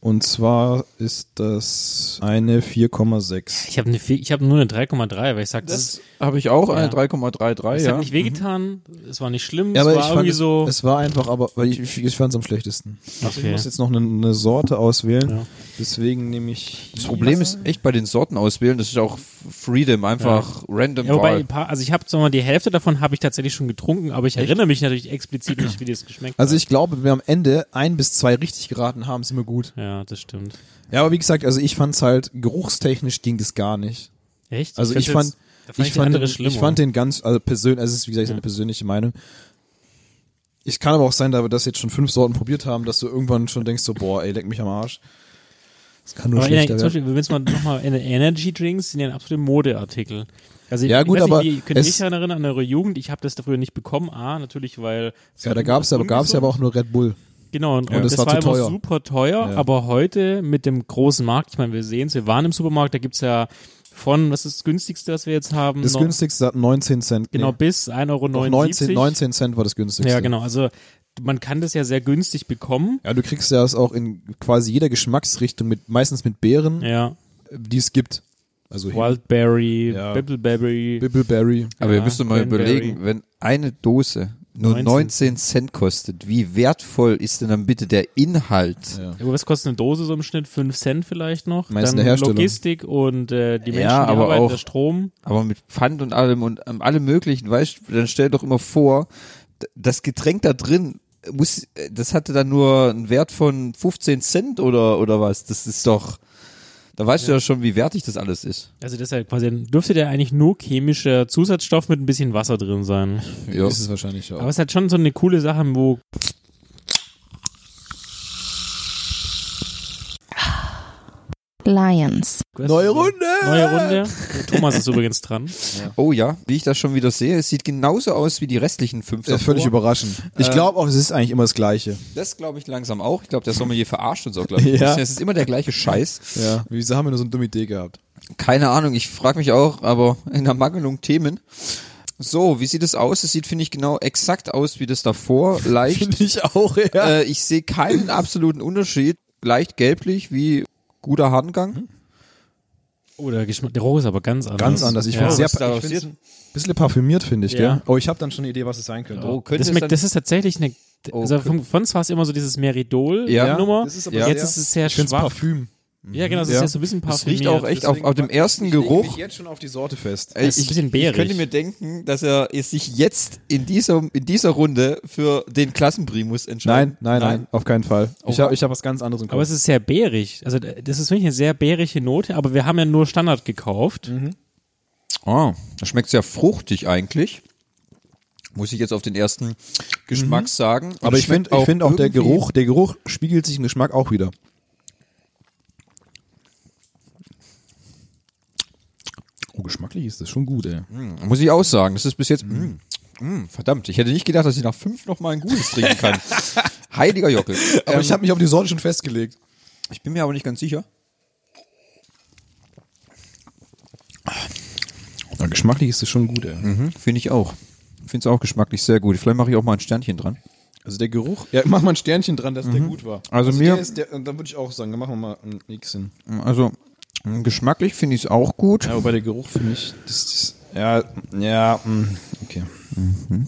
Und zwar ist das eine 4,6.
ich habe ne, vier- ich hab nur eine 3,3, weil ich äh, sag, das, ist-
habe ich auch,
eine Ja.
3,33.
es hat nicht wehgetan, es war nicht schlimm,
Mhm. Ja,
es
aber
war
ich
irgendwie
fand,
so.
es war einfach, aber weil ich, ich, ich fand es am schlechtesten. Also ich
Okay.
muss jetzt noch eine, eine Sorte auswählen,
Ja.
deswegen nehme ich.
Das Problem ist echt bei den Sorten auswählen, das ist auch Freedom, einfach random
ja, wobei,
Wahl.
ein paar, also ich habe mal die Hälfte davon habe ich tatsächlich schon getrunken, aber ich erinnere mich natürlich explizit nicht, wie das geschmeckt
Also
hat.
ich glaube, wenn wir am Ende ein bis zwei richtig geraten haben, sind wir gut.
Ja, das stimmt.
Ja, aber wie gesagt, also ich fand es halt geruchstechnisch ging das gar nicht.
Echt?
Also ich fand,
da fand ich,
ich fand,
andere
den,
schlimm.
ich fand den ganz, also persönlich, also es ist wie gesagt eine persönliche Meinung. Ich kann aber auch sein, da wir das jetzt schon fünf Sorten probiert haben, dass du irgendwann schon denkst so, boah, ey, leck mich am Arsch. Das kann nur
aber Ener-
schlechter
zum
werden.
Beispiel, wenn wir jetzt mal nochmal Energy Drinks sind ja ein absoluter Modeartikel. Also
Ja,
ich
gut,
weiß nicht,
aber
wie- ihr könnt mich
es-
daran erinnern, an eure Jugend, ich habe das früher nicht bekommen. A, natürlich, weil es
Ja,
war
da gab's aber, gab's ja aber
ungesund.
auch nur Red Bull.
Genau, und,
Ja,
und das,
das war
war,
zu
immer
teuer.
super teuer,
Ja.
aber heute mit dem großen Markt, ich meine, wir sehen's, wir waren im Supermarkt, da gibt's ja von, was ist das günstigste, was wir jetzt haben?
Das
Noch-
günstigste hat 19 Cent.
Genau,
nee,
bis 1,79 Euro.
doch 19, 19 Cent war das günstigste.
Ja, genau, also man kann das ja sehr günstig bekommen.
Ja, du kriegst ja das auch in quasi jeder Geschmacksrichtung mit, meistens mit Beeren,
Ja,
die es gibt. Also
Wildberry,
Ja.
Bibbleberry.
Bibbleberry.
Aber
Ja,
ihr müsst doch mal
Cranberry.
überlegen, wenn eine Dose nur
19
19, Cent kostet, wie wertvoll ist denn dann bitte der Inhalt?
Ja.
Aber was kostet eine Dose so im Schnitt? 5 Cent vielleicht noch?
Meinst du der
Dann
Herstellung?
Logistik und äh, die Menschen,
Ja,
die
aber
arbeiten,
auch-
der Strom.
Aber mit Pfand und allem und ähm, allem möglichen, weißt du, dann stell doch immer vor, d- das Getränk da drin muss, äh, das hatte dann nur einen Wert von 15 Cent oder, oder was? Das ist doch, da weißt du ja schon, wie wertig das alles ist.
Also das ist ja quasi, dann dürfte der eigentlich nur chemischer Zusatzstoff mit ein bisschen Wasser drin sein.
Ja.
Ist es wahrscheinlich auch.
Aber es hat schon so eine coole Sache, wo
Lions.
Neue Runde!
Neue Runde. Thomas ist übrigens dran.
Oh ja, wie ich das schon wieder sehe, es sieht genauso aus wie die restlichen fünf.
Ja, völlig
davor.
überraschend.
Äh.
Ich glaube auch, es ist eigentlich immer das Gleiche.
Das glaube ich langsam auch. Ich glaube, der Sommelier verarscht uns auch, glaube ich.
Ja.
Es ist immer der gleiche Scheiß.
Ja. Wieso haben wir nur so eine dumme Idee gehabt?
Keine Ahnung, ich frage mich auch, aber in der Mangelung Themen. So, wie sieht es aus? Es sieht, finde ich, genau exakt aus wie das davor. Leicht.
ich auch, ja.
äh, ich sehe keinen absoluten Unterschied. Leicht gelblich wie guter Harngang.
Oh, der, Geschmack, der Rohr ist aber ganz anders.
Ganz anders. Ich
ja.
find's
was da
sehr, ich
passiert?
find's ein bisschen parfümiert, finde ich,
Ja.
gell? Oh, ich habe dann schon eine Idee, was es sein könnte.
Oh,
Oh,
könnte
das,
es
schmeckt,
dann- Oh,
das ist tatsächlich eine. Also
Okay.
von, von uns war es immer so dieses Meridol-Nummer.
Ja,
das ist aber
Jetzt
sehr-
ist es sehr
ich finde
schwach.
Parfüm.
Ja, genau, das ist
Ja.
ja so ein bisschen
Das
parfümiert.
riecht auch echt auf,
Deswegen
auf dem
pack-
ersten
ich leg
Geruch.
mich jetzt schon auf die Sorte fest.
Ey,
Das ist ein bisschen
ich
beerig.
könnte mir denken, dass er es sich jetzt in dieser, in dieser Runde für den Klassenprimus entscheidet.
Nein, nein, nein, auf keinen Fall. Ich habe ich hab was ganz anderes im Kopf.
Oh. Aber es ist sehr bärig. Also das ist wirklich eine sehr bärige Note, aber wir haben ja nur Standard gekauft.
Mhm.
Ah, das schmeckt sehr fruchtig eigentlich. Muss ich jetzt auf den ersten Geschmack sagen. Und
Aber
es
ich finde
schmeckt
auch, find auch der
irgendwie-
Geruch, der Geruch spiegelt sich im Geschmack auch wieder. Oh, geschmacklich ist das schon gut, ey.
Hm, Muss ich auch sagen, das ist bis jetzt. Mm. Mm, verdammt, ich hätte nicht gedacht, dass ich nach fünf noch mal ein gutes trinken kann. Heiliger Jockel. Ähm,
Aber ich habe mich auf die Sorte schon festgelegt.
Ich bin mir aber nicht ganz sicher.
geschmacklich ist das schon gut, ey.
Mhm, finde ich auch. Finde es auch geschmacklich sehr gut. Vielleicht mache ich auch mal ein Sternchen dran.
Also der Geruch. Ja, mach mal ein Sternchen dran, dass der gut war.
Also mir-
Der ist der, und dann würde ich auch sagen, dann machen wir mal ein Nixen.
Also mm, geschmacklich finde ich es auch gut.
Ja, wobei der Geruch für mich, das, das, ja, ja, mm, okay. Mhm.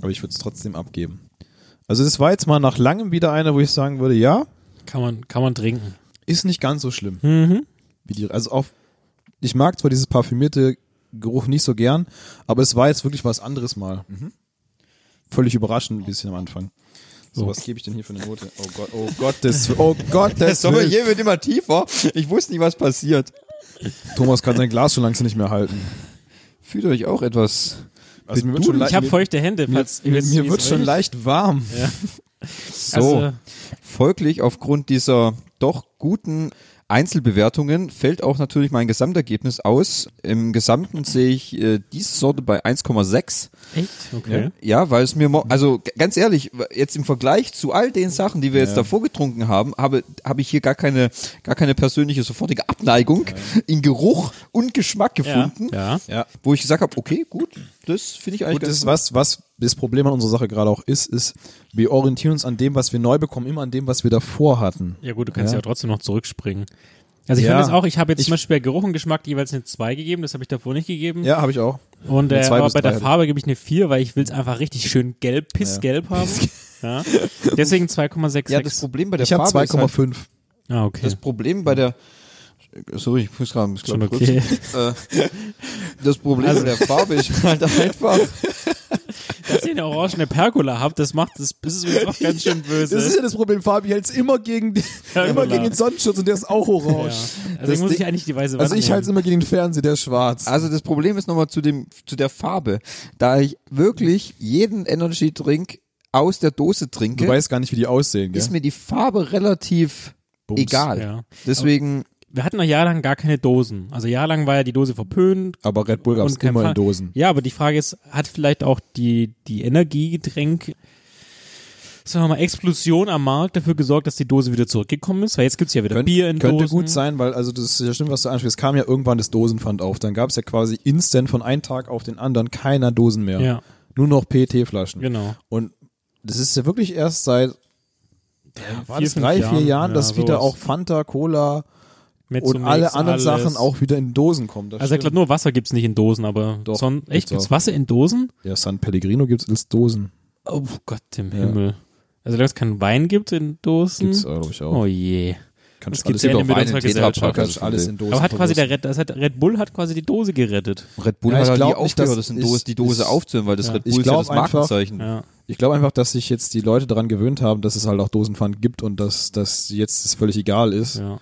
Aber ich würde es trotzdem abgeben. Also das war jetzt mal nach langem wieder einer, wo ich sagen würde, ja,
Kann man, kann man trinken.
ist nicht ganz so schlimm.
Mhm.
Wie die, also auf, ich mag zwar dieses parfümierte Geruch nicht so gern, aber es war jetzt wirklich was anderes mal.
Mhm.
Völlig überraschend ein bisschen am Anfang. So, was gebe ich denn hier für eine Note? Oh Gott, oh Gottes, oh Gottes. Willen.
hier wird immer tiefer. Ich wusste nicht, was passiert.
Thomas kann sein Glas schon langsam nicht mehr halten.
Fühlt euch auch etwas.
Also mir wird
Bedudelt.
schon leicht-
Ich habe
mir-
feuchte Hände, falls
mir,
ihr wisst,
mir
wie
wird
es
schon
riecht.
leicht warm.
So.
Also-
Folglich aufgrund dieser doch guten Einzelbewertungen fällt auch natürlich mein Gesamtergebnis aus. Im Gesamten sehe ich äh, diese Sorte bei 1,6.
Echt? Okay.
Ja, weil es mir, mo- also g- ganz ehrlich, jetzt im Vergleich zu all den Sachen, die wir jetzt davor getrunken haben, habe, habe ich hier gar keine, gar keine persönliche sofortige Abneigung in Geruch und Geschmack
Ja.
gefunden,
ja.
Ja.
wo ich gesagt habe, okay, gut, das finde ich eigentlich
Gut, das
ganz
ist was, was das Problem an unserer Sache gerade auch ist, ist, wir orientieren uns an dem, was wir neu bekommen, immer an dem, was wir davor hatten.
Ja gut, du kannst ja,
Ja.
trotzdem noch zurückspringen. Also ich
Ja.
fand das auch, ich habe jetzt
Ich-
zum Beispiel bei Geruch und Geschmack jeweils eine 2 gegeben, das habe ich davor nicht gegeben.
Ja, habe ich auch.
und
Eine
äh,
zwei
aber
bis
bei
drei
der
hätte ich.
Farbe gebe ich eine 4, weil ich will es einfach richtig schön gelb, pissgelb haben. Ja. Deswegen 2,66.
Ja, das Problem bei der
Ich habe
Farbe ist halt-
2,5.
ah, okay.
Das Problem bei der Sorry, ich muss gerade ein bisschen
Schon okay.
Äh, Das Problem
Also
bei der Farbe ist halt einfach.
Dass ihr eine orangene Pergola habt, das macht das, das ist übrigens auch ganz schön böse.
ja das Problem, Fabi hält es immer gegen, die,
Ja, genau.
Sonnenschutz und der ist auch
ja.
orange.
Also
Das
ich muss
Ding-
ich eigentlich die weiße Wand
Also ich halte es immer gegen den Fernseher, der ist
Ah,
schwarz.
Also das Problem ist nochmal zu dem zu der Farbe, da ich wirklich jeden Energy Drink aus der Dose trinke,
Du weißt gar nicht, wie die aussehen, gell?
ist mir die Farbe relativ
Bums.
egal.
Ja.
Deswegen
Wir hatten noch jahrelang gar keine Dosen. Also jahrelang war ja die Dose verpönt.
Aber Red Bull gab es
und kein
immer
Fall-
in Dosen.
Ja, aber die Frage ist, hat vielleicht auch die, die Energiegetränk, sagen wir mal, Explosion am Markt dafür gesorgt, dass die Dose wieder zurückgekommen ist? Weil jetzt gibt's ja wieder
Könnt-
Bier in
könnte
Dosen.
gut sein, weil also das ist ja stimmt, was du ansprichst. Es kam ja irgendwann das Dosenpfand auf. Dann gab es ja quasi instant von einem Tag auf den anderen keiner Dosen mehr.
Ja.
Nur noch PET-Flaschen.
Genau.
Und das ist ja wirklich erst seit Äh, war
vier,
das
fünf
drei, vier
Jahren,
Jahren,
ja,
dass wieder
sowas.
auch Fanta, Cola
Mit
und
so
alle
Mix,
anderen
alles.
Sachen auch wieder in Dosen kommen. Das
Also ich
stimmt.
glaube, nur Wasser gibt's nicht in Dosen, aber
Doch,
son echt,
gibt's
gibt's
auch.
Wasser in Dosen?
ja, San Pellegrino gibt es als Dosen.
Oh Gott im Himmel. Also dass es keinen Wein gibt in Dosen?
Mhm.
Gibt's, glaube ich, auch.
oh je.
Kannst
das gibt's ja
auch
in mit
Wein
unserer
in Tetra Pak. also
Gesellschaft.
kannst alles in Dosen.
Aber hat
verdosen.
quasi der Red, das hat, Red Bull hat quasi die Dose gerettet.
Red Bull
Ja,
hat
ich
halt nie
glaub nicht,
aufgehört,
dass-
das in
ist-
Dose, die Dose
ist-
aufzuhören, weil das
Ja.
Red
Ich
Bull ist ja
glaub
das
einfach-
Markenzeichen.
Ja.
Ich glaube einfach, dass sich jetzt die Leute daran gewöhnt haben, dass es halt auch Dosenpfand gibt und dass das jetzt es völlig egal ist.
Ja.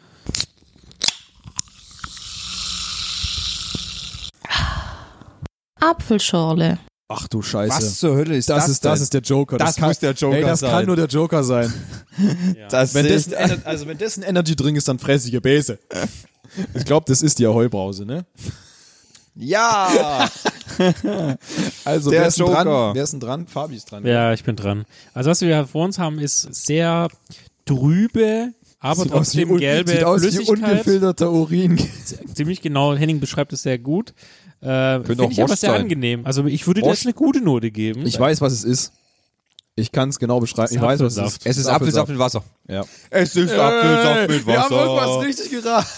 Apfelschorle.
Ach du Scheiße.
Was zur Hölle ist
Also, Das,
das?
ist, das
denn?
ist der Joker.
Das muss der Joker
ey, das
sein.
kann nur der Joker sein.
das
Wenn
sehe
das,
ich-
ein Ener- also wenn das ein Energy Drink ist, dann fressige Bäse. Ich glaube, das ist die Ahoi-Brause, ne?
ja.
Also,
Der
wer ist denn
Joker.
dran? Wer ist denn dran? Fabi ist dran.
Ja, ich bin dran. Also was wir vor uns haben, ist sehr trübe, aber
Sieht aus, wie,
trotzdem
un-
gelbe
sieht aus wie
Flüssigkeit.
ungefilterter Urin.
Ziemlich genau. Henning beschreibt es sehr gut. Äh, Finde
auch
ich aber
Wascht
sehr
sein.
angenehm. Also ich würde
Wascht.
das eine gute Note geben.
Ich weiß, was es ist. Ich kann es genau beschreiben. Ich weiß, was es ist.
Apfelsaft.
Es ist Apfelsaft mit Wasser.
Ja.
Es ist Apfelsaft mit Wasser.
richtig geraten.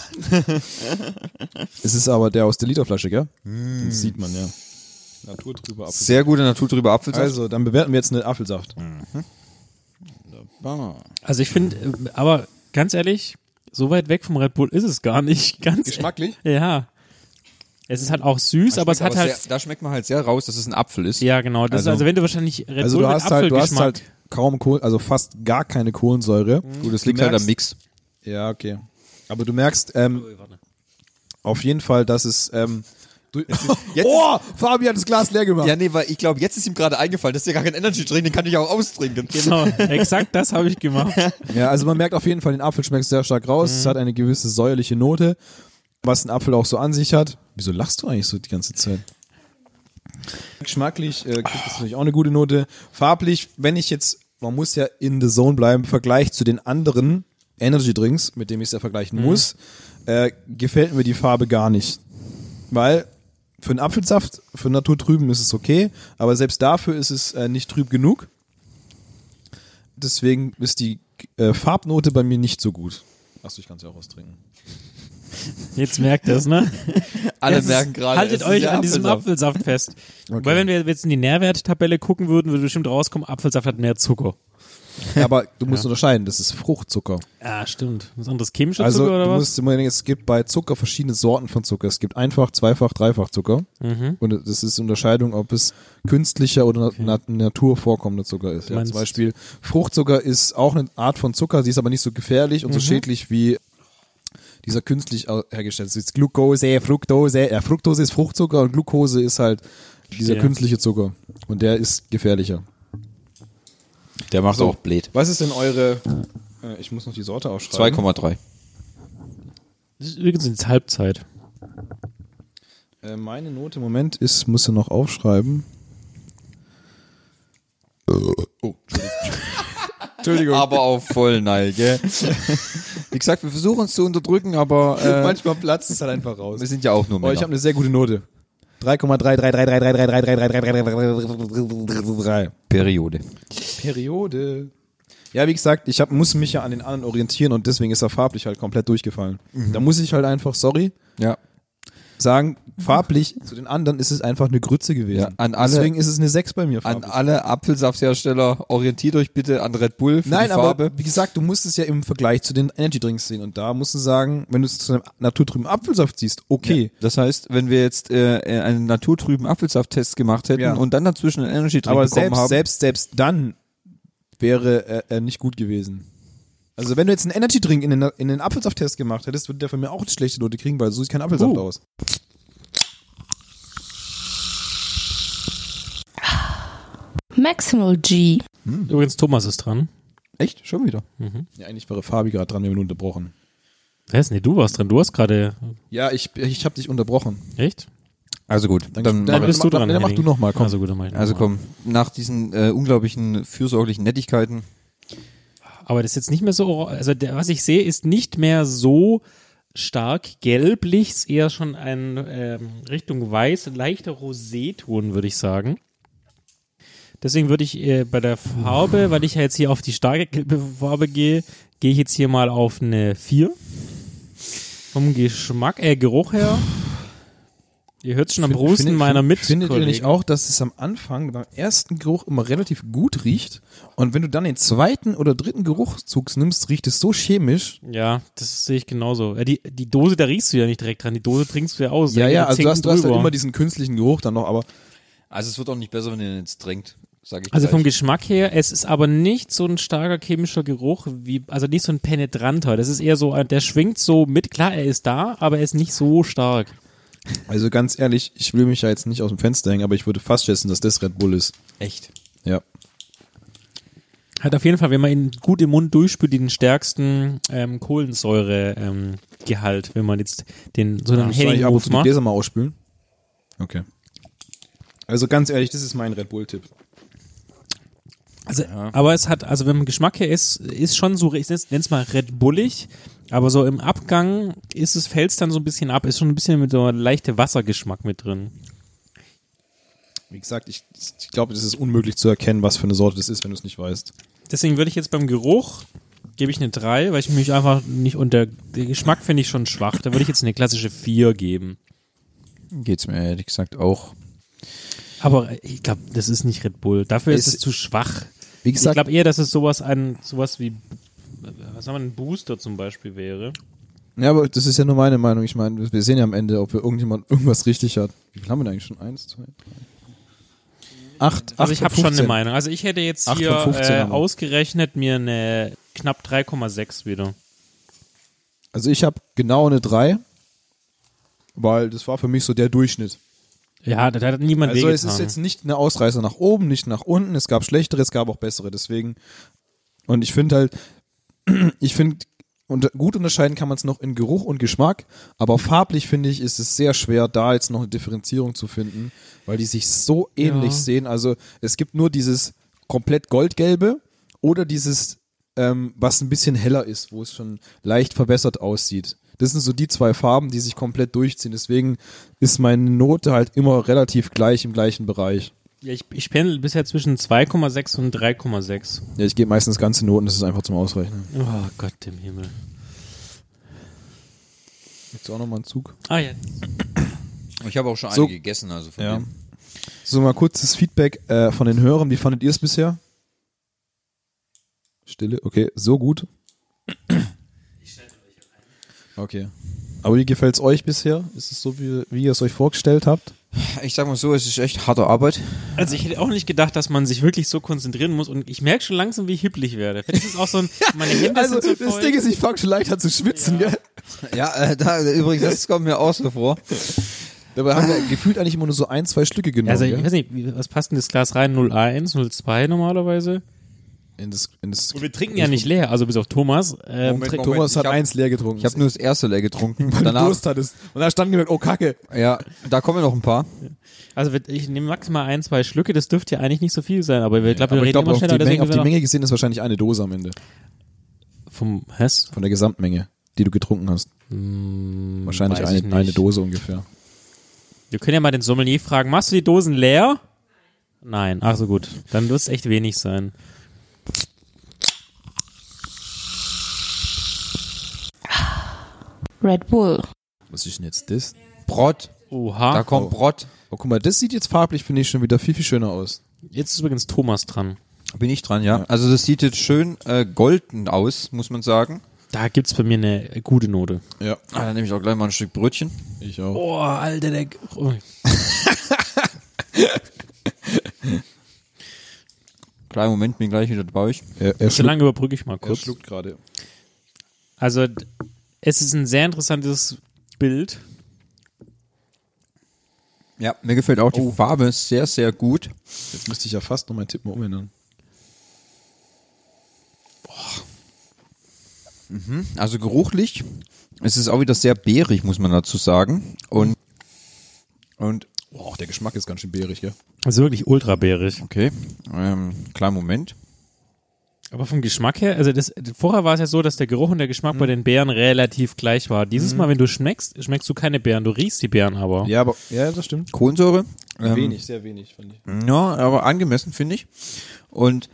es ist aber der aus der Literflasche, gell?
Hm.
Das sieht man, ja. Natur drüber Apfelsaft.
Sehr gute Natur drüber Apfelsaft.
Also, dann bewerten wir jetzt einen Apfelsaft.
Also ich finde, äh, aber ganz ehrlich, so weit weg vom Red Bull ist es gar nicht. Ganz
Geschmacklich?
Ja. Es ist halt auch süß, aber es hat
Schmeckt aber
halt.
sehr, da schmeckt man halt sehr raus, dass es ein Apfel ist.
Ja, genau. Das also,
Also-
ist, also wenn du wahrscheinlich Red
Also
Bull
du
mit
hast halt, du hast
Apfelgeschmack.
halt kaum Kohlen, also fast gar keine Kohlensäure.
Gut, das liegt
Du
halt am
merkst-
Mix.
Ja, okay. Aber du merkst ähm, auf jeden Fall, dass es. Ähm, du,
jetzt
oh, Fabi hat das Glas leer gemacht.
Ja, nee, weil ich glaube, jetzt ist ihm gerade eingefallen, das ist ja gar kein Energy-Drink, den kann ich auch austrinken.
Genau, exakt das habe ich gemacht.
Ja, also man merkt auf jeden Fall, den Apfel schmeckt sehr stark raus. Es hat eine gewisse säuerliche Note, was ein Apfel auch so an sich hat. Wieso lachst du eigentlich so die ganze Zeit? Geschmacklich äh, kriegt es natürlich auch eine gute Note. Farblich, wenn ich jetzt, man muss ja in the zone bleiben, im Vergleich zu den anderen Energy Drinks, mit dem ich es ja vergleichen muss, äh, gefällt mir die Farbe gar nicht. Weil für einen Apfelsaft, für einen Naturtrüben ist es okay, aber selbst dafür ist es äh, nicht trüb genug. Deswegen ist die äh, Farbnote bei mir nicht so gut. Achso, ich kann es ja auch austrinken.
Jetzt merkt ihr es, ne?
Alle
Jetzt ist-
merken gerade. es
Haltet
ist
euch
der
an diesem
Apfelsaft.
Apfelsaft fest. Weil wenn wir jetzt in die Nährwerttabelle gucken würden, würde bestimmt rauskommen, Apfelsaft hat mehr Zucker.
Aber du musst unterscheiden, das ist Fruchtzucker.
Ah, stimmt. Was anderes chemischer
Also
Zucker oder
du
was?
musst immer denken, es gibt bei Zucker verschiedene Sorten von Zucker. Es gibt einfach, zweifach, dreifach Zucker.
Mhm.
Und das ist die Unterscheidung, ob es künstlicher oder na Natur vorkommender Zucker ist. Ja,
meinst-
zum Beispiel Fruchtzucker ist auch eine Art von Zucker, sie ist aber nicht so gefährlich
Mhm.
und so schädlich wie dieser künstlich au- hergestellte. Es ist Glucose, Fructose. Ja, Fructose ist Fruchtzucker und Glucose ist halt dieser
Verstehe.
künstliche Zucker. Und der ist gefährlicher.
Der macht auch blöd.
Was ist denn eure... äh, Ich muss noch die Sorte aufschreiben.
2,3.
Das ist übrigens jetzt Halbzeit.
Äh, meine Note im Moment ist, muss er noch aufschreiben.
Entschuldigung. Aber auf Vollneige. Wie gesagt, wir versuchen es zu unterdrücken, aber äh,
Manchmal platzt es halt einfach raus.
wir sind ja auch nur
Oh, ich habe
Männer.
eine sehr gute Note. 3,333333333333333.
Periode.
Periode. Ja, wie gesagt, ich hab, muss mich ja an den anderen orientieren und deswegen ist er farblich halt komplett durchgefallen. Da muss ich halt einfach, sorry,
Ja.
sagen, farblich zu den anderen ist es einfach eine Grütze gewesen.
Ja, an alle-
deswegen ist es eine 6 bei mir.
An
farblich.
alle Apfelsafthersteller, orientiert euch bitte an Red Bull für
Nein,
die Farbe.
aber wie gesagt, du musst es ja im Vergleich zu den Energy Drinks sehen und da musst du sagen, wenn du es zu einem naturtrüben Apfelsaft siehst, okay,
Das heißt, wenn wir jetzt äh, einen naturtrüben Apfelsafttest gemacht hätten
Ja.
und dann dazwischen einen Energy Drink
Aber
bekommen
selbst,
haben,
selbst, selbst dann wäre er, er nicht gut gewesen. Also wenn du jetzt einen Energy Drink in den, in den Apfelsafttest gemacht hättest, würde der von mir auch eine schlechte Note kriegen, weil so sieht kein Apfelsaft
Oh.
aus.
Maximal G.
Übrigens, Thomas ist dran.
echt schon wieder.
Ja, eigentlich wäre Fabi gerade dran, wir haben ihn unterbrochen.
Wer ist denn? Nee, du warst dran. Du hast gerade.
Ja, ich, ich habe dich unterbrochen.
Echt?
Also gut, dann,
dann-
mach-
bist
mach-
du dran.
dann- dann mach
Henning.
du noch mal, komm.
Also gut, dann mach ich noch
also
mal.
komm, nach diesen äh, unglaublichen fürsorglichen Nettigkeiten.
Aber das ist jetzt nicht mehr so. ora- Also, der, was ich sehe, ist nicht mehr so stark gelblich, ist eher schon ein ähm, Richtung weiß, leichter Roséton, würde ich sagen. Deswegen würde ich äh, bei der Farbe, weil ich ja jetzt hier auf die starke gelbe Farbe gehe, gehe ich jetzt hier mal auf eine 4. Vom Geschmack, äh, Geruch her. Ihr hört schon am Rosten
Findet-
meiner mit.
Findet ihr nicht auch, dass es am Anfang beim ersten Geruch immer relativ gut riecht und wenn du dann den zweiten oder dritten Geruchszug nimmst, riecht es so chemisch.
Ja, das sehe ich genauso. Ja, die, die Dose, da riechst du ja nicht direkt dran. Die Dose trinkst du ja aus.
Ja,
Da
ja,
geht
also du
Zinken
hast, du hast halt
drüber.
immer diesen künstlichen Geruch dann noch, aber
Also es wird auch nicht besser, wenn ihr den jetzt trinkt, sage ich
Also vom
gleich.
Geschmack her, es ist aber nicht so ein starker chemischer Geruch, wie, also nicht so ein penetranter. Das ist eher so, ein- der schwingt so mit. Klar, er ist da, aber er ist nicht so stark.
Also ganz ehrlich, ich will mich ja jetzt nicht aus dem Fenster hängen, aber ich würde fast schätzen, dass das Red Bull ist.
echt.
Ja.
Hat auf jeden Fall, wenn man ihn gut im Mund durchspült, den stärksten ähm, Kohlensäuregehalt, ähm, Gehalt, wenn man jetzt den so einen
Soll ich
Henning
ab und zu die
macht.
Gläser mal ausspülen? Okay. Also ganz ehrlich, das ist mein Red Bull-Tipp.
Also, aber es hat, also wenn man Geschmack her ist, ist schon so, ich nenn's mal Red Bullig, aber so im Abgang ist es, fällt's dann so ein bisschen ab, ist schon ein bisschen mit so einem leichten Wassergeschmack mit drin.
Wie gesagt, ich, ich glaube, es ist unmöglich zu erkennen, was für eine Sorte das ist, wenn du es nicht weißt.
Deswegen würde ich jetzt beim Geruch gebe ich eine 3, weil ich mich einfach nicht unter den Geschmack finde ich schon schwach. Da würde ich jetzt eine klassische 4 geben.
Geht's mir ehrlich gesagt auch.
Aber ich glaube, das ist nicht Red Bull. Dafür ist
Es-
es zu schwach.
Wie gesagt-
ich glaube eher, dass es sowas an sowas wie Was haben wir denn Booster zum Beispiel wäre?
Ja, aber das ist ja nur meine Meinung. Ich meine, wir sehen ja am Ende, ob wir irgendjemand irgendwas richtig hat. Wie viel haben wir denn eigentlich schon? Eins, zwei, drei. Acht, acht
Also ich
von
habe schon eine
15.
Meinung. Also ich hätte jetzt
Acht
hier
von 15
äh,
haben wir.
ausgerechnet mir eine knapp 3,6 wieder.
Also ich habe genau eine drei, weil das war für mich so der Durchschnitt.
Ja, da hat niemand
Also es ist
wehgetan.
jetzt nicht eine Ausreißer nach oben, nicht nach unten. Es gab schlechtere, es gab auch bessere. Deswegen, und ich finde halt, ich finde, und gut unterscheiden kann man es noch in Geruch und Geschmack, aber farblich finde ich, ist es sehr schwer, da jetzt noch eine Differenzierung zu finden, weil die sich so ähnlich
Ja.
sehen. Also es gibt nur dieses komplett goldgelbe oder dieses, ähm, was ein bisschen heller ist, wo es schon leicht verbessert aussieht. Das sind so die zwei Farben, die sich komplett durchziehen. Deswegen ist meine Note halt immer relativ gleich im gleichen Bereich.
ja, ich, ich pendel bisher zwischen 2,6 und 3,6.
Ja, ich gebe meistens ganze Noten, das ist einfach zum Ausrechnen.
Oh Gott im Himmel.
Gibt's auch nochmal einen Zug?
Ah ja.
Ich habe auch schon
So-
einige gegessen, also von
Ja.
dem.
So, mal kurzes Feedback äh, von den Hörern. Wie fandet ihr es bisher? Stille, okay, so gut. Okay. Aber wie gefällt's euch bisher? Ist es so, wie, wie ihr es euch vorgestellt habt?
Ich sag mal so, es ist echt harte Arbeit.
Also ich hätte auch nicht gedacht, dass man sich wirklich so konzentrieren muss und ich merke schon langsam, wie ich hippelig werde. Das ist auch so ein, meine Hände sind so voll.
Also, ist, ich fange schon leicht an zu schwitzen, gell?
Ja, äh, da, übrigens, das kommt mir auch so vor.
Dabei haben wir gefühlt eigentlich immer nur so ein, zwei Stücke genommen.
also ich
gell?
weiß nicht, wie- was passt denn das Glas rein? 0,1, 0,2 normalerweise?
In das, in das
Und wir trinken ja nicht leer, also bis auf Thomas. Ähm,
Moment,
trink-
Moment.
Thomas hat
ich hab-
eins leer getrunken.
Ich habe nur das erste leer getrunken.
weil du
Danach,
Durst hattest. Und da stand gemerkt, oh Kacke.
ja, da kommen noch ein paar.
Also wir- ich nehme maximal ein, zwei Schlücke, das dürfte ja eigentlich nicht so viel sein, aber wir, glaub, wir reden immer
auf die,
schneller,
Menge,
deswegen
auf die
sind wir
Menge gesehen ist wahrscheinlich eine Dose am Ende.
noch- vom Hess.
Von der Gesamtmenge, die du getrunken hast. wahrscheinlich
Hm, weiß ich
eine, eine
nicht.
Dose ungefähr.
Wir können ja mal den Sommelier fragen, machst du die Dosen leer? Nein, ach so gut, dann wird es echt wenig sein.
Red Bull.
Was ist denn jetzt das?
Brot,
Oha.
da kommt Brot.
Oh, guck mal, das sieht jetzt farblich, finde ich, schon wieder viel, viel schöner aus.
Jetzt ist übrigens Thomas dran.
Bin ich dran, ja. Also das sieht jetzt schön äh, golden aus, muss man sagen.
Da gibt's bei mir eine gute Note.
Ja,
Ah, dann nehme ich auch gleich mal ein Stück Brötchen.
ich auch.
Oh, alter, der. Oh.
Kleinen Moment, bin gleich wieder dabei.
Er, er,
So
schluckt,
lange überbrücke ich mal
er
kurz.
schluckt gerade.
Also, d- es ist ein sehr interessantes Bild.
Ja, mir gefällt auch die Farbe sehr, sehr gut.
Jetzt müsste ich ja fast noch meinen Tipp mal umändern.
Also geruchlich. Es ist auch wieder sehr beerig, muss man dazu sagen. Und, und
Oh, auch der Geschmack ist ganz schön beerig, gell?
Also wirklich ultrabärig.
okay, ähm, kleinen Moment.
Aber vom Geschmack her, also das, vorher war es ja so, dass der Geruch und der Geschmack bei den Beeren relativ gleich war. Dieses Mal, wenn du schmeckst, schmeckst du keine Beeren, du riechst die Beeren aber.
Ja, aber, ja, das stimmt.
Kohlensäure. ähm,
Wenig, sehr wenig, fand ich.
Ja, aber angemessen, finde ich. Und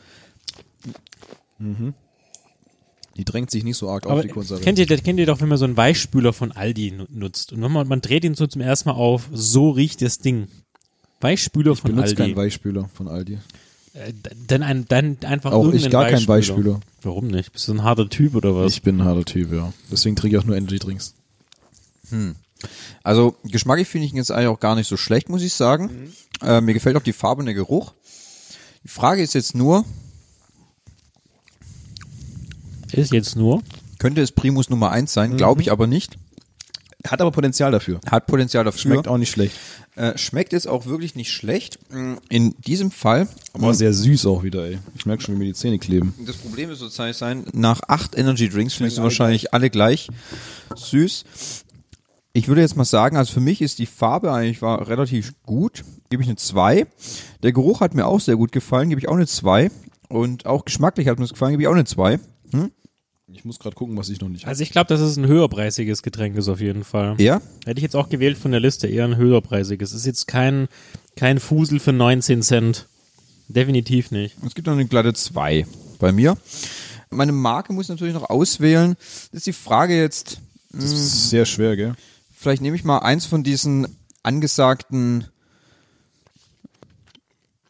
Die drängt sich nicht so arg
aber
auf die also Kohlensäure.
kennt ihr, das kennt ihr doch, wenn man so einen Weichspüler von Aldi nu- nutzt. Und wenn man, man dreht ihn so zum ersten Mal auf, so riecht das Ding. Weichspüler von
Benutzt
Aldi.
keinen Weichspüler von Aldi.
Äh, dann, ein, dann einfach
Auch
irgendeinen
ich gar keinen
Weichspüler.
Weichspüler.
Warum nicht? Bist du ein harter Typ oder was?
Ich bin ein harter Typ, ja. Deswegen trinke ich auch nur Energy-Drinks.
also geschmacklich finde ich ihn jetzt eigentlich auch gar nicht so schlecht, muss ich sagen. Äh, mir gefällt auch die Farbe und der Geruch. Die Frage ist jetzt nur,
Ist jetzt nur.
könnte es Primus Nummer eins sein? Glaube ich aber nicht.
Hat aber Potenzial dafür.
Hat Potenzial dafür.
Schmeckt auch nicht schlecht.
Äh, schmeckt jetzt auch wirklich nicht schlecht. Mm, In diesem Fall.
War sehr süß auch wieder, ey. Ich merke schon, wie mir die Zähne kleben.
Das Problem wird sozusagen sein, nach acht Energy Drinks findest du wahrscheinlich alle gleich süß. Ich würde jetzt mal sagen, also für mich ist die Farbe eigentlich war relativ gut. Gebe ich eine 2. Der Geruch hat mir auch sehr gut gefallen, gebe ich auch eine 2. Und auch geschmacklich hat mir das gefallen, gebe ich auch eine 2.
Ich muss gerade gucken, was ich noch nicht habe.
Also ich glaube, dass es ein höherpreisiges Getränk ist auf jeden Fall.
Ja?
Hätte ich jetzt auch gewählt von der Liste, eher ein höherpreisiges. Ist jetzt kein, kein Fusel für 19 Cent. Definitiv nicht.
Es gibt noch eine glatte 2 bei mir. Meine Marke muss ich natürlich noch auswählen. Das ist die Frage jetzt,
Das ist sehr schwer, gell?
Vielleicht nehme ich mal eins von diesen angesagten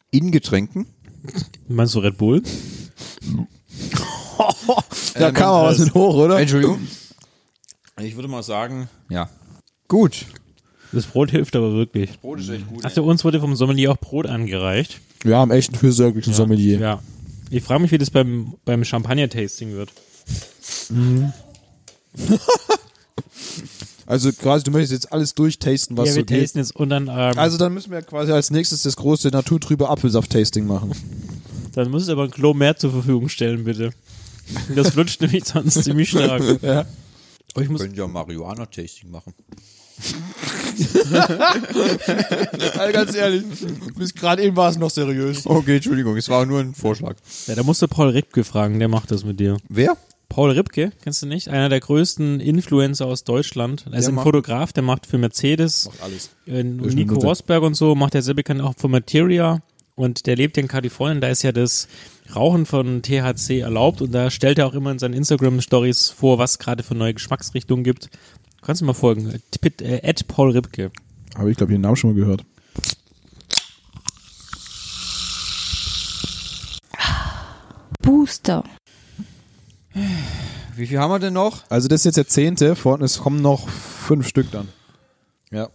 In-Getränken.
Meinst du Red Bull?
Da
Ähm,
kam aber was mit hoch, oder?
Entschuldigung. Ich würde mal sagen, ja. Gut.
Das Brot hilft aber wirklich.
Brot ist echt gut.
Also uns wurde vom Sommelier auch Brot angereicht.
Wir haben echt einen fürsorglichen Sommelier.
Ja. Ich frage mich, wie das beim, beim Champagner-Tasting wird.
Also quasi, du möchtest jetzt alles durchtasten, was
ja,
so
wir
geht.
tasten jetzt und dann, ähm,
Also dann müssen wir quasi als nächstes das große naturtrübe Apfelsaft-Tasting machen.
dann muss es aber ein Klo mehr zur Verfügung stellen, bitte. Das flutscht nämlich sonst ziemlich stark.
ja.
Aber ich muss,
Können ja Marihuana-Tasting machen.
Also ganz ehrlich, bis gerade eben war es noch seriös.
Okay, Entschuldigung, es war nur ein Vorschlag.
ja, da musst du Paul Ripke fragen, der macht das mit dir.
Wer?
Paul Ripke, kennst du nicht? Einer der größten Influencer aus Deutschland. Er ist ein
macht-
Fotograf, der macht für Mercedes.
Alles.
Äh,
eine
Nico
Nutte.
Rosberg und so macht er sehr bekannt auch von Materia und der lebt in Kalifornien, da ist ja das Rauchen von THC erlaubt und da stellt er auch immer in seinen Instagram Stories vor, was es gerade für neue Geschmacksrichtungen gibt. Kannst du mal folgen, Äh, Pit- äh, at Paul Ripke.
Habe ich, glaube ich, den Namen schon mal gehört.
Booster.
Wie viel haben wir denn noch?
Also das ist jetzt der zehnte, vorne es kommen noch fünf Stück dann. Ja.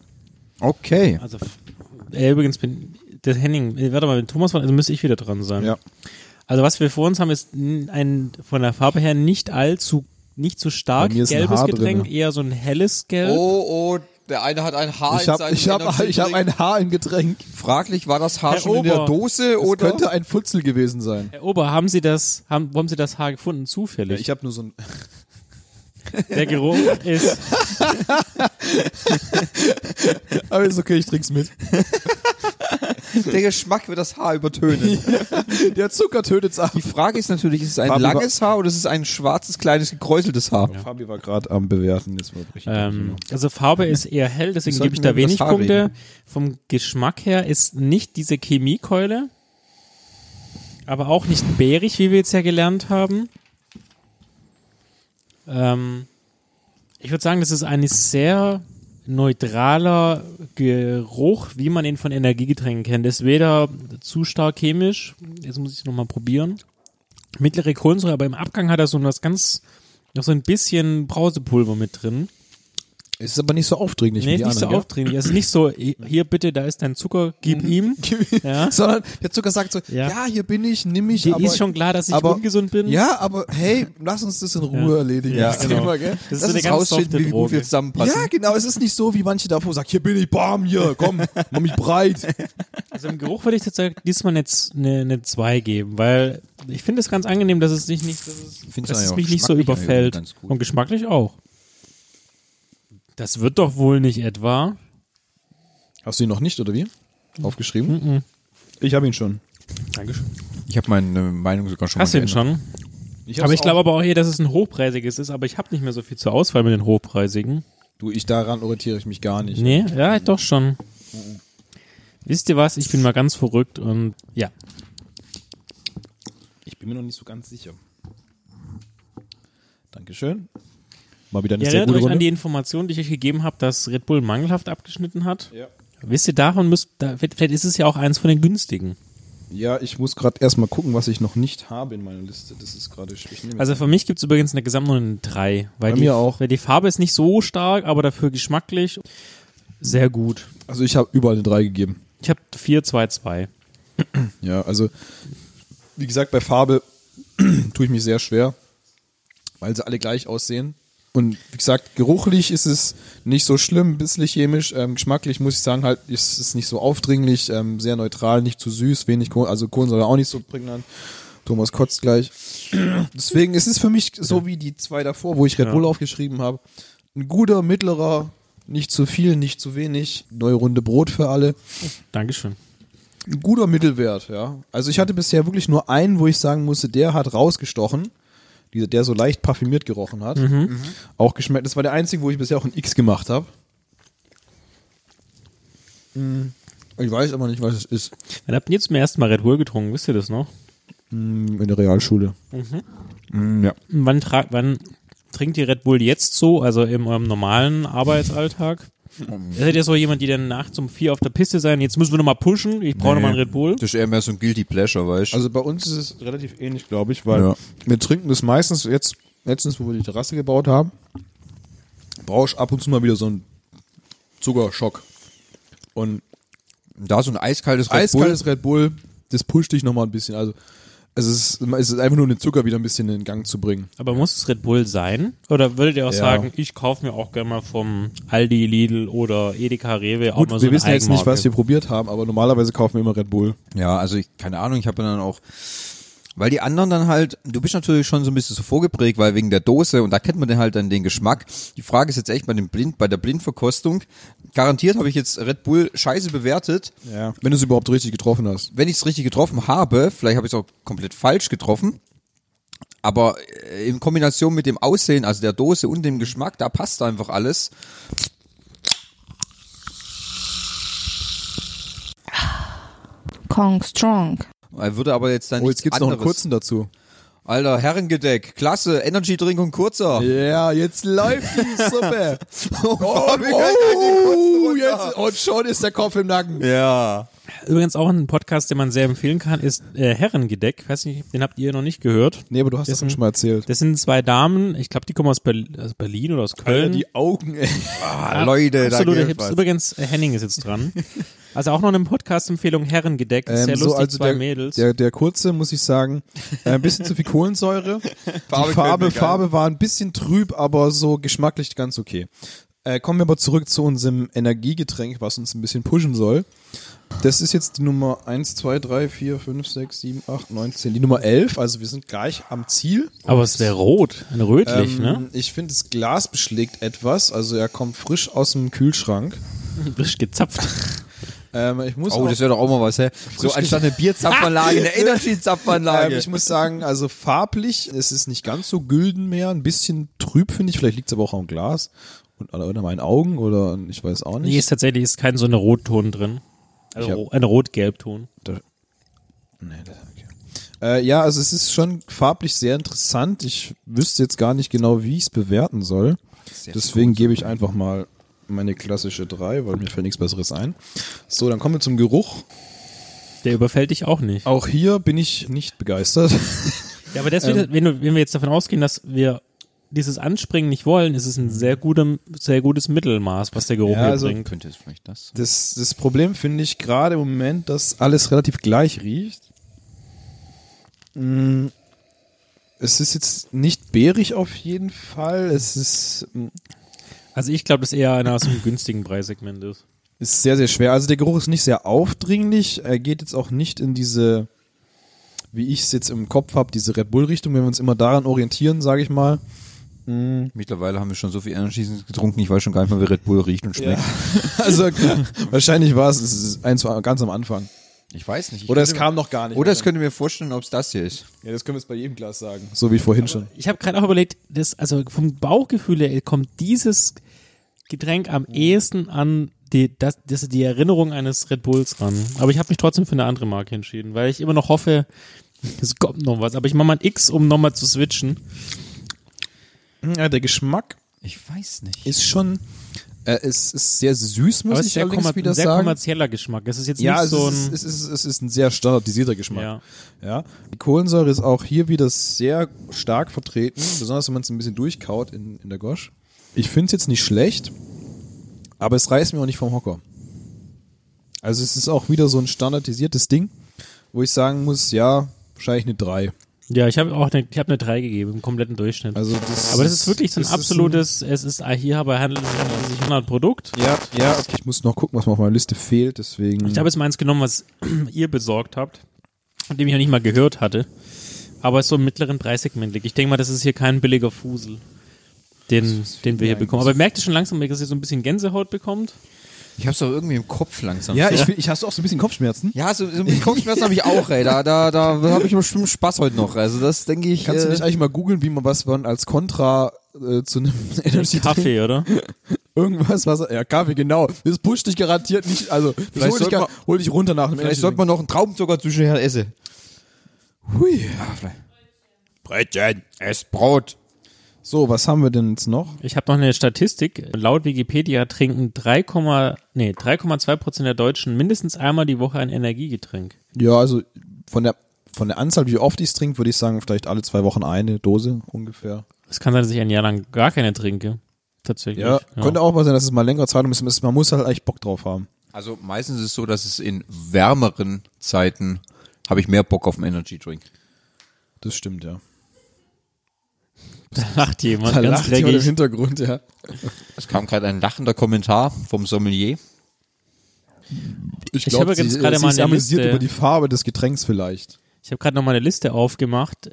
Okay.
Also f- äh, übrigens bin der Henning, äh, warte mal, wenn Thomas war, also müsste ich wieder dran sein.
Ja.
Also was wir vor uns haben, ist n- ein von der Farbe her nicht allzu nicht zu stark
Bei mir ist ein
gelbes
Haar
Getränk,
drinne.
eher so ein helles Gelb.
Oh, oh, der eine hat ein Haar
Ich habe
seinem
ich hab,
Energy
ich hab
Drink.
ein Haar im Getränk.
Fraglich, war das Haar
Herr
schon in der
Ober,
Dose
Es
oder?
könnte ein Futzel gewesen sein.
Herr Ober, haben Sie das, haben, wo haben Sie das Haar gefunden? Zufällig.
habe nur so ein...
Der Geruch ist.
Aber ist okay, ich trink's mit.
der Geschmack wird das Haar übertönen.
Der Zucker tötet's ab.
Die Frage ist natürlich, ist es ein
Fabi, wa-
langes Haar oder ist es ein schwarzes, kleines, gekräuseltes Haar?
Fabi war gerade am Bewerten. Jetzt mal
Ähm, also Farbe ist eher hell, deswegen gebe
Sollten
ich
genau. wir
da
über das
wenig
Haar
Punkte.
reden?
Vom Geschmack her ist nicht diese Chemiekeule, aber auch nicht bärig, wie wir jetzt ja gelernt haben. Ähm, ich würde sagen, das ist ein sehr neutraler Geruch, wie man ihn von Energiegetränken kennt. Ist weder zu stark chemisch, jetzt muss ich es nochmal probieren. Mittlere Kohlensäure, aber im Abgang hat er so was ganz, noch so ein bisschen Brausepulver mit drin.
Ist aber nicht so aufdringlich
Nee,
wie
ist
die
nicht so
anderen,
aufdringlich. Es ist nicht so, i- hier bitte, da ist dein Zucker, gib ihm.
gell?
Ja.
Sondern der Zucker sagt so, ja,
Ja.
hier bin ich, nimm mich,
Dir
aber...
ist schon klar, dass ich
aber-
ungesund bin.
ja, aber hey, lass uns das in Ruhe
Ja.
erledigen.
Ja,
das
genau.
Thema, gell?
Das ist
Lass
so eine
uns
ganz
rausfinden,
softe
wie gut wir
Droge.
zusammenpassen.
Ja, genau. Es ist nicht so, wie manche davor sagen, hier bin ich, bam, hier, komm, mach mich breit.
Also im Geruch würde ich tatsächlich diesmal eine, Z- eine, eine 2 geben, weil ich finde es ganz angenehm, dass es, nicht, nicht, dass es,
Find's
dass
eigentlich
es
auch
mich nicht so
geschmacklich eigentlich
überfällt.
ganz gut.
Und geschmacklich auch. Das wird doch wohl nicht etwa.
Hast du ihn noch nicht, oder wie?
Mhm,
Aufgeschrieben? Ich habe ihn schon.
Dankeschön.
Ich habe meine Meinung sogar schon
Hast du ihn schon? aber ich glaube aber auch eher, dass es ein hochpreisiges ist, aber ich habe nicht mehr so viel zur Auswahl mit den hochpreisigen.
Du, ich daran orientiere ich mich gar nicht.
Nee, ja, doch schon. Wisst ihr was? Ich bin mal ganz verrückt und ja.
Ich bin mir noch nicht so ganz sicher. Dankeschön. Mal wieder eine
Ihr
sehr
erinnert
gute
euch an die
Runde.
Information, die ich euch gegeben habe, dass Red Bull mangelhaft abgeschnitten hat?
Ja.
Wisst ihr, davon müsst, da, vielleicht vielleicht ist es ja auch eins von den günstigen.
ja, ich muss gerade erstmal gucken, was ich noch nicht habe in meiner Liste. Das ist gerade schwierig.
Also für mich gibt's übrigens eine Gesamtnote eine 3.
Bei
Weil die,
mir auch.
Weil die Farbe ist nicht so stark, aber dafür geschmacklich sehr gut.
also ich habe überall eine 3 gegeben.
Ich habe 4, 2, 2.
Ja, also wie gesagt, bei Farbe tue ich mich sehr schwer, weil sie alle gleich aussehen. Und wie gesagt, geruchlich ist es nicht so schlimm, ein bisschen chemisch. Ähm, geschmacklich muss ich sagen, halt ist es nicht so aufdringlich, ähm, sehr neutral, nicht zu süß, wenig Kohlen, also Kohlensäure auch nicht so prägnant. Thomas kotzt gleich. Deswegen ist es für mich so wie die zwei davor, wo ich Red Bull aufgeschrieben habe. Ein guter, mittlerer, nicht zu viel, nicht zu wenig. Neue Runde Brot für alle
Dankeschön.
ein guter Mittelwert, ja. Also ich hatte bisher wirklich nur einen, wo ich sagen musste, der hat rausgestochen. Dieser, der so leicht parfümiert gerochen hat. Auch geschmeckt. Das war der einzige, wo ich bisher auch ein X gemacht habe. Hm, Ich weiß aber nicht, was es ist.
Dann habt ihr zum ersten Mal Red Bull getrunken, wisst ihr das noch?
Hm, In der Realschule. Hm, Ja.
Wann, tra- wann trinkt ihr Red Bull jetzt so, also in eurem normalen Arbeitsalltag? Seid ihr so jemand, die dann nachts um vier auf der Piste sein? Jetzt müssen wir nochmal pushen, ich brauche nochmal einen Red Bull.
Das ist eher mehr so ein Guilty Pleasure, weißt du?
Also bei uns ist es relativ ähnlich, glaube ich, weil
Ja.
wir trinken das meistens jetzt letztens, wo wir die Terrasse gebaut haben, brauche ich ab und zu mal wieder so einen Zuckerschock. Und
Da so ein eiskaltes Red Bull.
eiskaltes Red Bull, das pusht dich nochmal ein bisschen. Also, es ist, es ist einfach nur den Zucker wieder ein bisschen in Gang zu bringen.
Aber muss es Red Bull sein? Oder würdet ihr auch
Ja.
sagen, ich kaufe mir auch gerne mal vom Aldi, Lidl oder Edeka, Rewe auch
Gut,
mal so
wir
eine
wissen jetzt nicht, was
Eigenmarke?
wir probiert haben, aber normalerweise kaufen wir immer Red Bull.
Ja, also ich, keine Ahnung, ich habe dann auch, weil die anderen dann halt, du bist natürlich schon so ein bisschen so vorgeprägt, weil wegen der Dose und da kennt man dann halt dann den Geschmack. Die Frage ist jetzt echt bei dem Blind, bei der Blindverkostung. Garantiert habe ich jetzt Red Bull scheiße bewertet.
Ja. Wenn du es überhaupt richtig getroffen hast.
Wenn ich es richtig getroffen habe, vielleicht habe ich es auch komplett falsch getroffen. Aber äh, in Kombination mit dem Aussehen, also der Dose und dem Geschmack, da passt einfach alles.
Kong Strong.
Er würde aber jetzt dann
Oh,
nichts
jetzt gibt's noch einen
anderes-
kurzen dazu.
Alter, Herrengedeck, klasse, Energy Drink und kurzer.
Ja, jetzt läuft die Suppe. oh,
Gott, wir können gleich den kurzen runter.
jetzt, und schon ist der Kopf im Nacken.
Ja.
Übrigens auch ein Podcast, den man sehr empfehlen kann, ist äh, Herrengedeck. Ich weiß nicht, den habt ihr noch nicht gehört.
Nee, aber du hast das
Dessen-
schon mal erzählt.
Das sind zwei Damen, ich glaube, die kommen aus Berlin, aus Berlin oder aus Köln.
Augen, ey.
Ah, Leute, da
Absolute
geht
Hips.
was.
Übrigens, äh, Henning ist jetzt dran. Also auch noch eine Podcast-Empfehlung, Herrengedeck. Sehr
Ähm,
lustig,
so, also
zwei
der,
Mädels.
Der, der kurze, muss ich sagen, äh, ein bisschen zu viel Kohlensäure. Farbe, die Farbe, Farbe war ein bisschen trüb, aber so geschmacklich ganz okay. Äh, kommen wir aber zurück zu unserem Energiegetränk, was uns ein bisschen pushen soll. Das ist jetzt die Nummer 1, 2, 3, 4, 5, 6, 7, 8, 9, 10. Die Nummer 11, also wir sind gleich am Ziel.
Aber es wäre rot, ein rötlich,
Ähm,
ne?
Ich finde, das Glas beschlägt etwas. Also er kommt frisch aus dem Kühlschrank.
Frisch gezapft.
Ähm, ich muss
Oh,
auch,
das wäre doch auch mal was, hä? So anstatt eine Bierzapfanlage, eine
ähm,
Energy-Zapfanlage.
ich muss sagen, also farblich, es ist nicht ganz so gülden mehr. Ein bisschen trüb, finde ich. Vielleicht liegt es aber auch am Glas. Und oder unter meinen Augen oder an- ich weiß auch nicht.
Nee, ist tatsächlich ist kein so eine Rotton drin. Also
Ich hab-
ro- ein Rot-Gelb-Ton.
Nee, das- okay. äh, ja, also es ist schon farblich sehr interessant. Ich wüsste jetzt gar nicht genau, wie ich es bewerten soll. Deswegen gebe ich einfach mal meine klassische 3, weil mir fällt nichts Besseres ein. So, dann kommen wir zum Geruch.
Der überfällt dich auch nicht.
Auch hier bin ich nicht begeistert.
Ja, aber deswegen, wenn, du, wenn wir jetzt davon ausgehen, dass wir dieses Anspringen nicht wollen, ist es ein sehr, gutem, sehr gutes Mittelmaß, was der Geruch
Ja,
hier
also-
bringt.
könnte es vielleicht das.
Das, das Problem finde ich gerade im Moment, dass alles relativ gleich riecht. Mm, Es ist jetzt nicht bärig auf jeden Fall. Es ist, mm,
Also ich glaube, das ist eher einer aus dem günstigen Preissegment ist.
ist sehr, sehr schwer. Also der Geruch ist nicht sehr aufdringlich. Er geht jetzt auch nicht in diese, wie ich es jetzt im Kopf habe, diese Red Bull-Richtung. Wenn wir uns immer daran orientieren, sage ich mal.
Mittlerweile haben wir schon so viel Energy getrunken, ich weiß schon gar nicht mehr, wie Red Bull riecht und schmeckt.
Also wahrscheinlich war es- es ist eins war ganz am Anfang.
Ich weiß nicht. Ich
Oder es
könnte-
kam noch gar nicht.
Oder es könnte mir vorstellen, ob es das hier ist.
ja, das können wir jetzt bei jedem Glas sagen. So wie vorhin schon.
Ich habe gerade auch überlegt, das, also vom Bauchgefühl her kommt dieses Getränk am ehesten an die, das, das ist die Erinnerung eines Red Bulls ran. Aber ich habe mich trotzdem für eine andere Marke entschieden, weil ich immer noch hoffe, es kommt noch was. Aber ich mache mal ein X, um nochmal zu switchen.
Ja, Also, äh, der Geschmack
Ich weiß nicht.
ist schon, äh, es ist sehr süß, muss
Aber es
ich
ist sehr,
allerdings
kommer
wieder
sehr
sagen.
kommerzieller Geschmack. Es ist jetzt
Ja, also
nicht
es,
so
ist,
ein.
es, ist, es ist ein sehr standardisierter Geschmack.
ja.
Ja. Die Kohlensäure ist auch hier wieder sehr stark vertreten, besonders wenn man es ein bisschen durchkaut in, in der Gosch. Ich finde es jetzt nicht schlecht, aber es reißt mir auch nicht vom Hocker. Also es ist auch wieder so ein standardisiertes Ding, wo ich sagen muss, ja, wahrscheinlich eine 3.
ja, ich habe auch eine, ich habe eine 3 gegeben im kompletten Durchschnitt.
Also das
aber das ist wirklich so ein
das ist
absolutes, es ist ah, hier aber handelt es sich um ein Produkt.
ja, ja, okay, ich muss noch gucken, was mir auf meiner Liste fehlt, deswegen.
Ich habe jetzt meins genommen, was ihr besorgt habt, und dem ich noch nicht mal gehört hatte. Aber es ist so im mittleren Preissegment liegt. Ich denke mal, das ist hier kein billiger Fusel, den, den wir hier bekommen. Aber merkt ihr schon langsam, dass ihr so ein bisschen Gänsehaut bekommt?
Ich hab's doch irgendwie im Kopf langsam.
ja, ich, ich hast du auch so ein bisschen Kopfschmerzen.
Ja, so, so mit Kopfschmerzen habe ich auch, ey. Da, da, da habe ich bestimmt Spaß heute noch. Also das denke ich.
Kannst du
äh,
nicht eigentlich mal googeln, wie man was man als Kontra äh, zu einem Energy Drink-
Kaffee, oder?
irgendwas was ja Kaffee genau. Das pusht dich garantiert nicht, also vielleicht hol dich,
sollte
gar,
man-
hol dich runter nach einem
vielleicht sollte man noch einen Traubenzucker zwischenher essen.
Hui.
Ah, Brötchen, ess Brot.
So, was haben wir denn jetzt noch?
Ich habe noch eine Statistik. Laut Wikipedia trinken 3, nee, 3,2 Prozent der Deutschen mindestens einmal die Woche ein Energiegetränk.
Ja, also von der von der Anzahl, wie oft ich es trinke, würde ich sagen, vielleicht alle zwei Wochen eine Dose ungefähr.
Es kann sein, dass ich ein Jahr lang gar keine trinke. Tatsächlich.
Ja, könnte auch mal sein, dass es mal längere Zeit ist. Man muss halt eigentlich Bock drauf haben.
Also meistens ist es so, dass es in wärmeren Zeiten habe ich mehr Bock auf einen Energy Drink.
Das stimmt, ja.
Da lacht jemand
Da lacht
ganz
jemand im
dreckig.
Hintergrund, ja.
Es kam gerade ein lachender Kommentar vom Sommelier.
Ich habe
sie-
jetzt gerade
sie
mal
ist
eine
amüsiert
Liste.
über die Farbe des Getränks vielleicht.
Ich habe gerade noch mal eine Liste aufgemacht.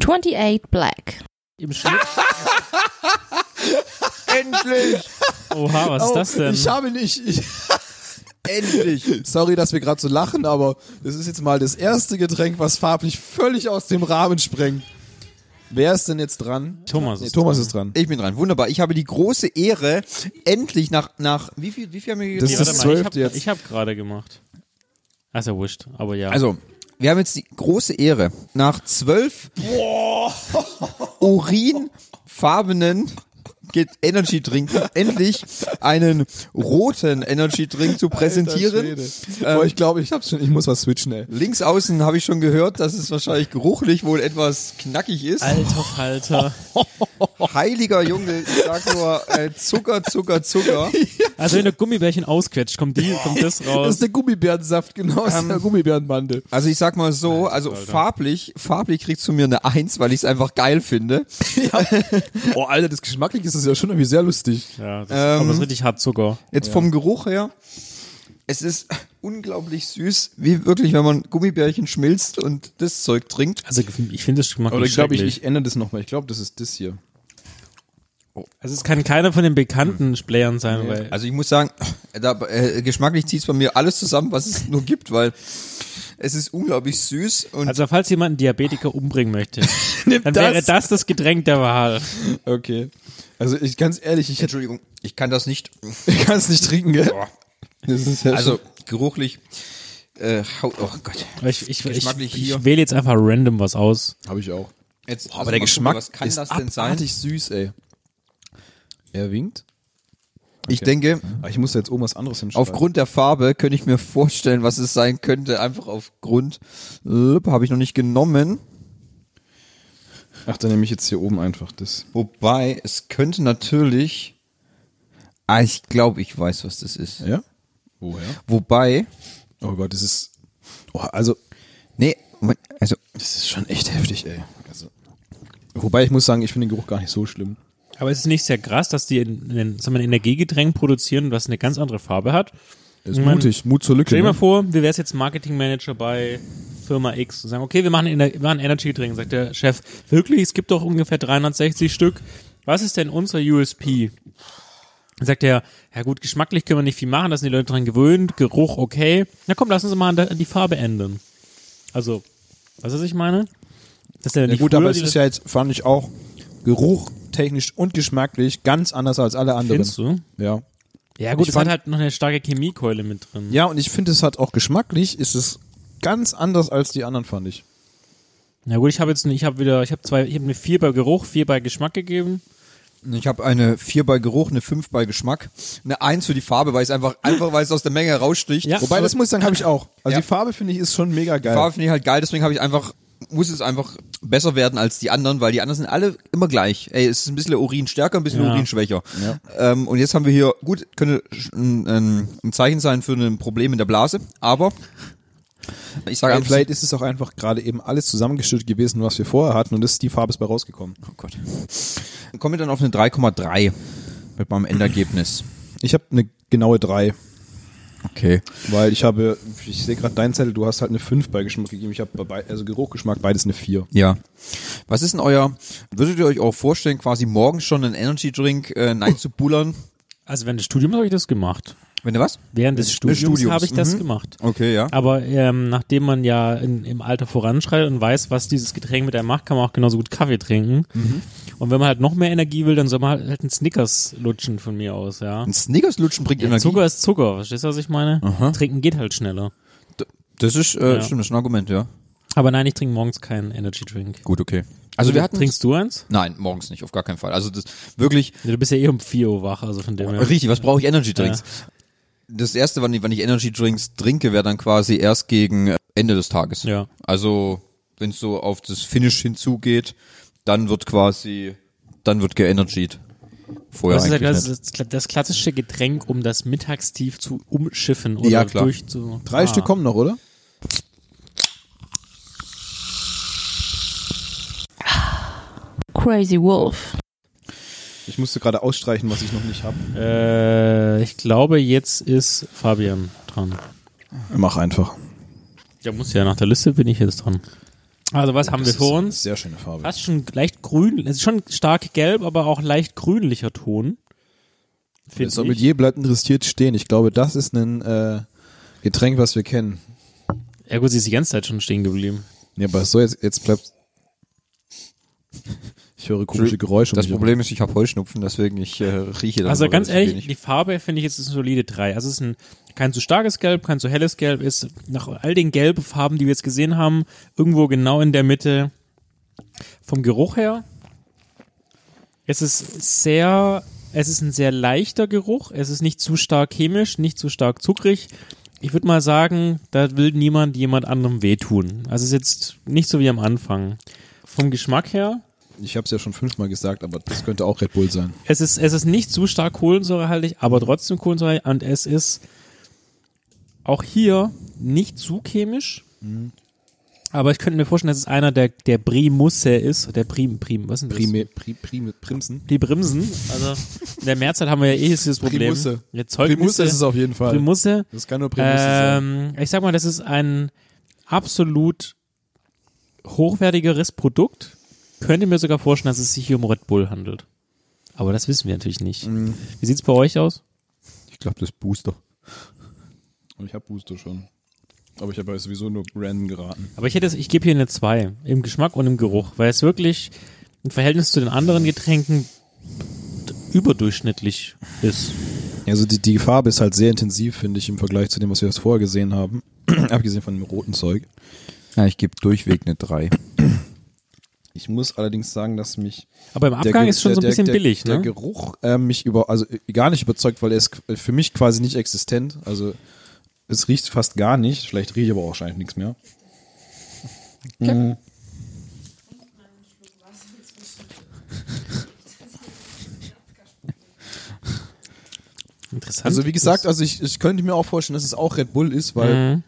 Twenty-eight Black.
Im Schnitt.
Endlich!
Oha, was ist das denn?
Oh, Ich habe nicht. Ich,
Endlich!
sorry, dass wir gerade so lachen, aber das ist jetzt mal das erste Getränk, was farblich völlig aus dem Rahmen sprengt. Wer ist denn jetzt dran?
Thomas
Nee,
ist
Thomas
dran.
ist dran.
Ich bin dran. Wunderbar. Ich habe die große Ehre, endlich nach, nach wie viel, wie viel haben wir
Das
gegeben?
Nee,
ist
warte
das
mal,
Zwölfte
ich hab-
jetzt.
Ich habe gerade gemacht. Also wurscht, aber ja.
Also, wir haben jetzt die große Ehre, nach zwölf urinfarbenen Get- Energy Drink endlich einen roten Energy Drink zu präsentieren.
Alter Schwede. Boah, ich glaube, ich hab's schon. Ich muss was switchen, ey.
Links außen habe ich schon gehört, dass es wahrscheinlich geruchlich wohl etwas knackig ist.
alter Falter.
Heiliger Junge, ich sag nur äh, Zucker, Zucker, Zucker.
Also wenn du Gummibärchen ausquetscht, kommt, die, kommt das
Das
raus.
ist der Gummibärensaft, genau. Das ist der Gummibärenbande.
Also ich sag mal so, also farblich, farblich kriegst du mir eine Eins, weil ich es einfach geil finde.
Oh, Alter, das geschmacklich ist das ja schon irgendwie sehr lustig.
ja, das,
ähm.
aber das ist richtig hart Zucker.
Jetzt vom Geruch her, es ist unglaublich süß, wie wirklich, wenn man Gummibärchen schmilzt und das Zeug trinkt.
Also ich finde das schmeckt
Oder ich glaube, ich,
schrecklich.
ich ändere das nochmal. Ich glaube, das ist das hier. oh.
Also es kann keiner von den bekannten
Hm.
Playern sein, weil
Also ich muss sagen, da, äh, geschmacklich zieht es bei mir alles zusammen, was es nur gibt, weil es ist unglaublich süß und
also falls jemand einen Diabetiker umbringen möchte, dann wäre
das.
das das Getränk der Wahl.
Okay. Also ich ganz ehrlich, ich, hätte-
Entschuldigung, ich kann das nicht.
ich kann es nicht trinken, gell?
Boah.
Das ist ja
Also geruchlich. Äh, hau- oh Gott.
Aber Ich, ich, ich,
Geschmacklich
ich,
hier.
wähle jetzt einfach random was aus.
habe ich auch.
Jetzt, also
aber
mal
der Geschmack
gucken, was kann
ist
das denn sein?
abartig süß, ey. Er winkt.
Ich denke,
Aber Ah, ich muss da jetzt irgendwas anderes hinschreiben.
aufgrund der Farbe könnte ich mir vorstellen, was es sein könnte. Einfach aufgrund. Lüpp, Habe ich noch nicht genommen.
Ach, dann nehme ich jetzt hier oben einfach das.
Wobei, es könnte natürlich. Ah, ich glaube, ich weiß, was das ist.
Ja? Woher?
Wobei.
Oh Gott, das ist. Oh, also,
Nee, Moment, also.
das ist schon echt heftig, ey. Also, wobei ich muss sagen, ich finde den Geruch gar nicht so schlimm.
Aber es ist nicht sehr krass, dass die in, in, sagen wir, ein Energiegetränk produzieren, was eine ganz andere Farbe hat.
Das ist
Ich mein,
mutig, Mut zur Lücke.
Stell dir mal
Ne?
vor, wir wären jetzt Marketingmanager bei Firma X und sagen, okay, wir machen, Ener- wir machen Energy Drink. Sagt der Chef, wirklich, es gibt doch ungefähr 360 Stück. Was ist denn unser USP? Dann sagt er, ja gut, geschmacklich können wir nicht viel machen, da sind die Leute dran gewöhnt, Geruch okay. Na komm, lass uns mal an der- die Farbe ändern. Also, weißt du, was ich meine? Dass der
Ja,
nicht
gut,
früher
aber es
die-
ist ja jetzt, fand ich auch, Geruch, technisch und geschmacklich ganz anders als alle anderen.
Findest du?
Ja.
Ja gut,
Ich
es hat
fand-
halt noch eine starke Chemiekeule mit drin.
Ja, und ich finde, es hat auch geschmacklich, ist es ganz anders als die anderen, fand ich.
Na gut, ich habe jetzt, ich habe wieder, ich habe zwei, ich habe mir vier bei Geruch, vier bei Geschmack gegeben.
Ich habe eine 4 bei Geruch, eine 5 bei Geschmack, eine 1 für die Farbe, weil es einfach, einfach weil es aus der Menge raussticht.
Ja.
Wobei,
Aber-
das muss ich sagen, habe ich auch. Also
Ja.
die Farbe finde ich ist schon mega
Äh.
geil.
Farbe finde ich halt geil, deswegen habe ich einfach, muss es einfach besser werden als die anderen, weil die anderen sind alle immer gleich. Ey, es ist ein bisschen Urin stärker, ein bisschen
Ja.
Urin schwächer. Ähm, und jetzt haben wir hier, gut, könnte sch- ein, ein, ein Zeichen sein für ein Problem in der Blase, aber ich sage
Ey,
einfach,
Äh, vielleicht ist es auch einfach gerade eben alles zusammengeschüttet gewesen, was wir vorher hatten, und das die Farbe ist bei rausgekommen.
oh Gott. Kommen wir dann auf eine 3,3 mit meinem Endergebnis.
Ich habe eine genaue 3,
Okay.
weil ich habe, ich sehe gerade deinen Zettel, du hast halt eine 5 bei Geschmack gegeben. Ich habe bei, bei- also Geruch, Geschmack, beides eine 4.
Ja. Was ist denn euer, würdet ihr euch auch vorstellen, quasi morgen schon einen Energy Drink äh, nein zu bullern?
Also während des Studiums habe ich das gemacht.
Wenn ihr was?
Während des Studiums,
Studiums,
habe ich das
mhm.
gemacht.
Okay, ja.
Aber ähm, nachdem man ja in, im Alter voranschreitet und weiß, was dieses Getränk mit einem macht, kann man auch genauso gut Kaffee trinken. Und wenn man halt noch mehr Energie will, dann soll man halt, halt einen Snickers lutschen von mir aus, ja.
Ein Snickers lutschen bringt Energie.
Zucker ist Zucker, verstehst du, was ich meine? Trinken geht halt schneller.
Das ist, äh,
Ja.
stimmt, das ist ein Argument, ja.
Aber nein, ich trinke morgens keinen Energy Drink.
Gut, okay. Also wir hatten.
Trinkst du eins?
Nein, morgens nicht, auf gar keinen Fall. Also das wirklich
Ja, Du bist ja eh um 4 Uhr wach, also von dem her.
richtig, was brauche ich Energy Drinks? das erste, wann ich, wann ich Energy Drinks trinke, wäre dann quasi erst gegen äh, Ende des Tages.
Ja.
Also, wenn es so auf das Finish hinzugeht, dann wird quasi, dann wird geenergied. Vorher
Das ist ja
eigentlich
das,
nicht.
das, das klassische Getränk, um das Mittagstief zu umschiffen oder
Ja, klar.
durch zu.
Drei
Ah.
Stück kommen noch, oder?
Crazy Wolf.
Ich musste gerade ausstreichen, was ich noch nicht habe.
Äh, ich glaube, jetzt ist Fabian dran.
Mach einfach.
Ja, muss ja, nach der Liste bin ich jetzt dran. Also, was haben wir
Das ist
vor
eine
uns?
Sehr schöne Farbe.
Fast schon leicht grün, es ist schon stark gelb, aber auch leicht grünlicher Ton.
Der
Finde ich.
Sommelier bleibt interessiert stehen. Ich glaube, das ist ein äh, Getränk, was wir kennen.
Ja gut, sie ist die ganze Zeit schon stehen geblieben.
Ja, aber so jetzt, jetzt bleibt. Ich höre komische Geräusche. um
Das
mich herum.
Problem ist, ich habe Heuschnupfen, deswegen ich äh, rieche das
Also
immer
ganz
relativ
ehrlich, die Farbe finde ich jetzt ist eine solide 3. Also es ist ein, kein zu starkes Gelb, kein zu helles Gelb, ist nach all den gelben Farben, die wir jetzt gesehen haben, irgendwo genau in der Mitte vom Geruch her. Es ist sehr, es ist ein sehr leichter Geruch, es ist nicht zu stark chemisch, nicht zu stark zuckrig. Ich würde mal sagen, da will niemand jemand anderem wehtun. Also es ist jetzt nicht so wie am Anfang. Vom Geschmack her
Ich habe es ja schon fünfmal gesagt, aber das könnte auch Red Bull sein.
es ist, es ist nicht zu stark kohlensäurehaltig, aber trotzdem kohlensäurehaltig und es ist auch hier nicht zu chemisch.
Mhm.
Aber ich könnte mir vorstellen, dass es einer der, der Primusse ist. Der Prim, Prim, was sind das?
Prime, pri, prime, Primsen.
Die Brimsen. Also in der Mehrzahl haben wir ja eh dieses Problem.
Primusse.
Ja, Zeugnisse.
Primusse ist es auf jeden Fall.
Primusse.
Das kann nur Primusse sein.
Ähm, ich sag mal, das ist ein absolut hochwertigeres Produkt. Könnte mir sogar vorstellen, dass es sich hier um Red Bull handelt. Aber das wissen wir natürlich nicht.
Mhm.
Wie sieht's bei euch aus?
wenig. Ich glaube, das Booster.
Und ich habe Booster schon. Aber ich habe ja sowieso nur random geraten.
Aber ich hätte, es- ich gebe hier eine 2 im Geschmack und im Geruch, weil es wirklich im Verhältnis zu den anderen Getränken d- überdurchschnittlich ist.
Also die, die Farbe ist halt sehr intensiv, finde ich, im Vergleich zu dem, was wir jetzt vorher gesehen haben. Abgesehen von dem roten Zeug.
Ja, ich gebe durchweg eine 3.
Ich muss allerdings sagen, dass mich
Aber im Abgang
Ge-
ist schon so ein bisschen
der,
billig,
der
ne?
Geruch äh, mich über, also äh, gar nicht überzeugt, weil er ist qu- für mich quasi nicht existent. Also es riecht fast gar nicht. Vielleicht rieche ich aber auch wahrscheinlich nichts mehr.
Interessant.
Also wie gesagt, also ich, ich könnte mir auch vorstellen, dass es auch Red Bull ist, weil
Mhm.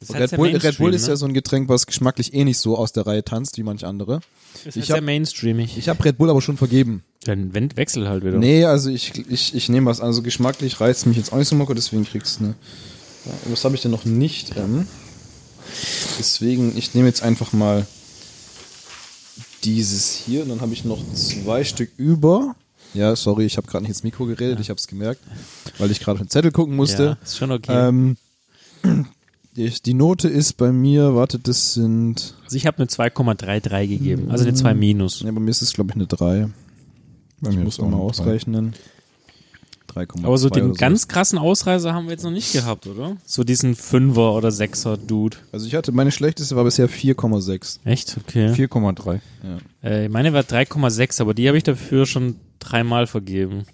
Das ist halt
Red,
sehr
Bull, Red Bull
Mainstream,
ist ja so ein Getränk, was geschmacklich eh nicht so aus der Reihe tanzt wie manch andere.
ne? ist
ich
halt sehr
hab-
mainstreamig.
Ich habe Red Bull aber schon vergeben.
Dann wend- wechsel halt wieder.
Nee, also ich, ich, ich nehme was. Also geschmacklich reizt mich jetzt auch nicht so Mokko, deswegen kriegst du eine. Ja, Was habe ich denn noch nicht? Ähm, deswegen, ich nehme jetzt einfach mal dieses hier und dann habe ich noch zwei Stück über. Ja, sorry, ich habe gerade nicht ins Mikro geredet, ich habe es gemerkt, weil ich gerade auf den Zettel gucken musste.
Ja, ist schon okay.
Ähm, ich, die Note ist bei mir, wartet, das sind.
Also ich habe eine 2,33 gegeben, also eine 2 minus.
Mhm. Ja, bei mir ist es, glaube ich, eine 3. Ich
mir
muss
ist
auch
auch
mal
eine drei.
ausrechnen. 3,2
Aber so den
oder
ganz krassen Ausreißer haben wir jetzt noch nicht gehabt, oder? So diesen Fünfer oder Sechser Dude.
Also ich hatte, meine schlechteste war bisher 4,6.
Echt? Okay.
4,3.
Äh, meine war 3,6, aber die habe ich dafür schon dreimal vergeben.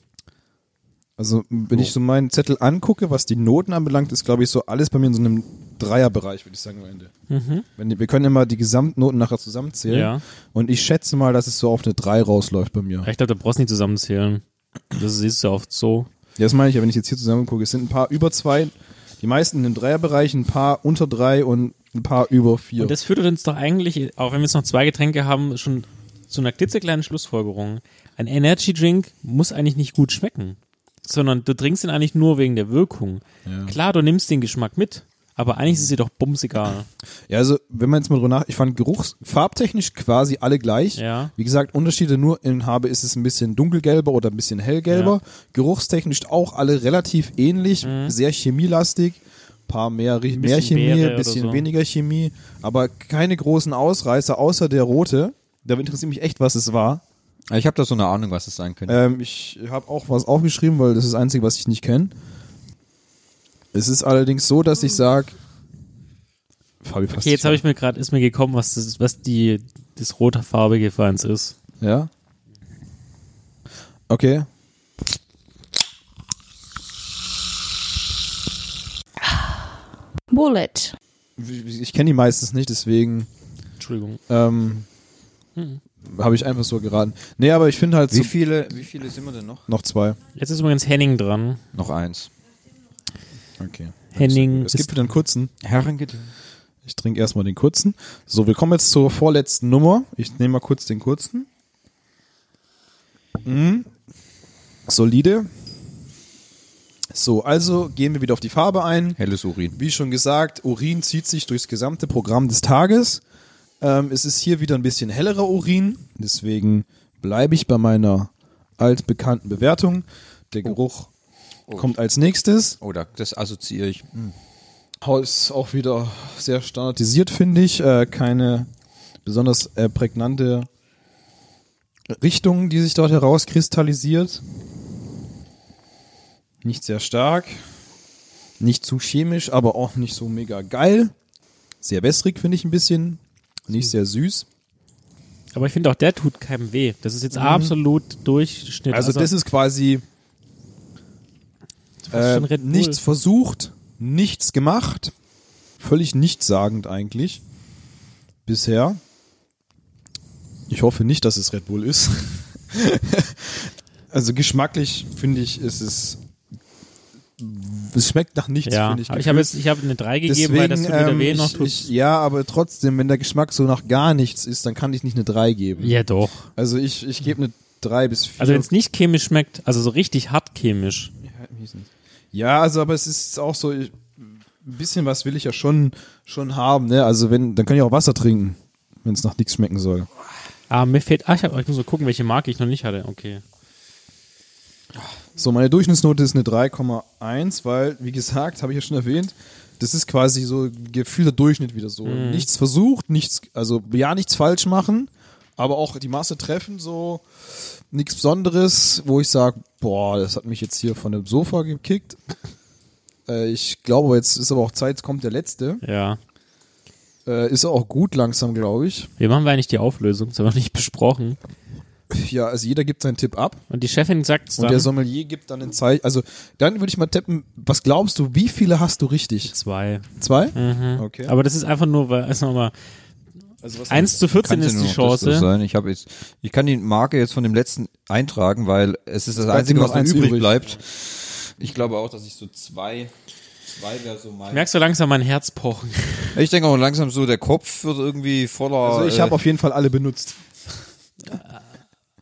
Also wenn ich so meinen Zettel angucke, was die Noten anbelangt, ist glaube ich so alles bei mir in so einem Dreierbereich, würde ich sagen am Ende. Wenn, die- wir können immer die Gesamtnoten nachher zusammenzählen.
Mhm. Ja.
Und ich schätze mal, dass es so auf eine 3 rausläuft bei mir.
Ich glaube, da brauchst du nicht zusammenzählen. Das siehst du oft so.
Ja, das meine ich ja, wenn ich jetzt hier zusammen gucke. Es sind ein paar über 2, die meisten in dem Dreierbereich, ein paar unter 3 und ein paar über 4.
Und das führt uns doch eigentlich, auch wenn wir jetzt noch zwei Getränke haben, schon zu einer klitzekleinen Schlussfolgerung. Ein Energy Drink muss eigentlich nicht gut schmecken, sondern du trinkst ihn eigentlich nur wegen der Wirkung. Klar, du nimmst den Geschmack mit, aber eigentlich ist es dir doch bumsegal.
Ja, also wenn man jetzt mal drüber nach, ich fand geruchs farbtechnisch quasi alle gleich.
Ja.
Wie gesagt, Unterschiede nur in Farbe ist es ein bisschen dunkelgelber oder ein bisschen hellgelber. Geruchstechnisch auch alle relativ ähnlich, sehr chemielastig. Paar mehr, ri- mehr
Mhm. bisschen
Chemie,
Beere oder
bisschen
so.
weniger Chemie, aber keine großen Ausreißer, außer der rote. Da interessiert mich echt, was es war.
Ich habe da so eine Ahnung, was es sein könnte.
Ähm, ich habe auch was aufgeschrieben, weil das ist das Einzige, was ich nicht kenne. Es ist allerdings so, dass ich sage. Fabi,
Okay, jetzt habe ich mir gerade, ist mir gekommen, was das, was die, das rote farbige für uns ist.
Ja. Okay.
Bullet.
Ich kenne die meistens nicht, deswegen
Entschuldigung.
ähm, habe ich einfach so geraten. Nee, aber ich finde halt so
Hm. Wie viele, wie viele sind wir denn noch?
noch zwei.
Jetzt ist übrigens Henning dran.
Noch eins.
Okay.
Henning
Es
ist
gibt wieder einen kurzen.
Herrengedeck.
Ich trinke erstmal den kurzen. So, wir kommen jetzt zur vorletzten Nummer. Ich nehme mal kurz den kurzen. Mhm. Solide. So, also gehen wir wieder auf die Farbe ein.
Helles Urin.
Wie schon gesagt, Urin zieht sich durchs gesamte Programm des Tages. Ähm, es ist hier wieder ein bisschen hellerer Urin. Deswegen bleibe ich bei meiner altbekannten Bewertung. Der Geruch kommt als nächstes.
Oder das assoziiere ich.
Ist auch wieder sehr standardisiert, finde ich. Äh, keine besonders äh, prägnante Richtung, die sich dort herauskristallisiert. Nicht sehr stark, nicht zu chemisch, aber auch nicht so mega geil. Sehr wässrig, finde ich ein bisschen. Nicht sehr süß.
Aber ich finde auch, der tut keinem weh. Das ist jetzt absolut Durchschnitt.
Mhm. Also, das ist quasi
fast schon
äh,
Red Bull.
nichts versucht, nichts gemacht. Völlig nichtssagend eigentlich. Bisher. Ich hoffe nicht, dass es Red Bull ist. also geschmacklich finde ich, ist es. Es schmeckt nach nichts,
ja.
finde ich.
Aber ich habe jetzt, ich habe eine 3 gegeben, weil das tut mir
ähm,
weh noch
ich,
tut.
ich, ja, aber trotzdem, wenn der Geschmack so nach gar nichts ist, dann kann ich nicht eine 3 geben.
ja, doch.
Also ich, ich gebe eine 3 bis 4.
Also wenn es nicht chemisch schmeckt, also so richtig hart chemisch.
Ja, also aber es ist auch so, ich, ein bisschen was will ich ja schon, schon haben, ne? Also wenn, dann kann ich auch Wasser trinken, wenn es nach nichts schmecken soll.
Ah, mir fehlt, ah, ich, hab, ich muss mal gucken, welche Marke ich noch nicht hatte. Okay.
So, meine Durchschnittsnote ist eine 3,1, weil, wie gesagt, habe ich ja schon erwähnt, das ist quasi so gefühlter Durchschnitt wieder so. Nichts versucht, nichts, also ja, nichts falsch machen, aber auch die Masse treffen, so nichts Besonderes, wo ich sage, boah, das hat mich jetzt hier von dem Sofa gekickt. Äh, ich glaube, jetzt ist aber auch Zeit, jetzt kommt der letzte.
Ja.
Äh, ist auch gut langsam, glaube ich.
Wie machen wir eigentlich die Auflösung? Das haben wir noch nicht besprochen.
Ja, also jeder gibt seinen Tipp ab
Und die Chefin sagt
und der
dann
Sommelier gibt dann ein Zeichen. Also dann würde ich mal tippen, was glaubst du, wie viele hast du richtig?
zwei.
Zwei? Okay.
Mhm. Aber das ist einfach nur, weil, also nochmal,
also was
1 zu 14
Kannte
ist
nur
die
noch das so
Chance.
Sein. Ich, habe jetzt, ich kann die Marke jetzt von dem letzten eintragen, weil es ist das
bleibt
Einzige,
nur
was
noch
noch
eins
übrig,
übrig.
bleibt. Ich glaube auch, dass ich so zwei, zwei wäre so mein.
Merkst du langsam mein Herz pochen?
Ich denke auch langsam so, der Kopf wird irgendwie voller.
also ich
äh,
habe auf jeden Fall alle benutzt.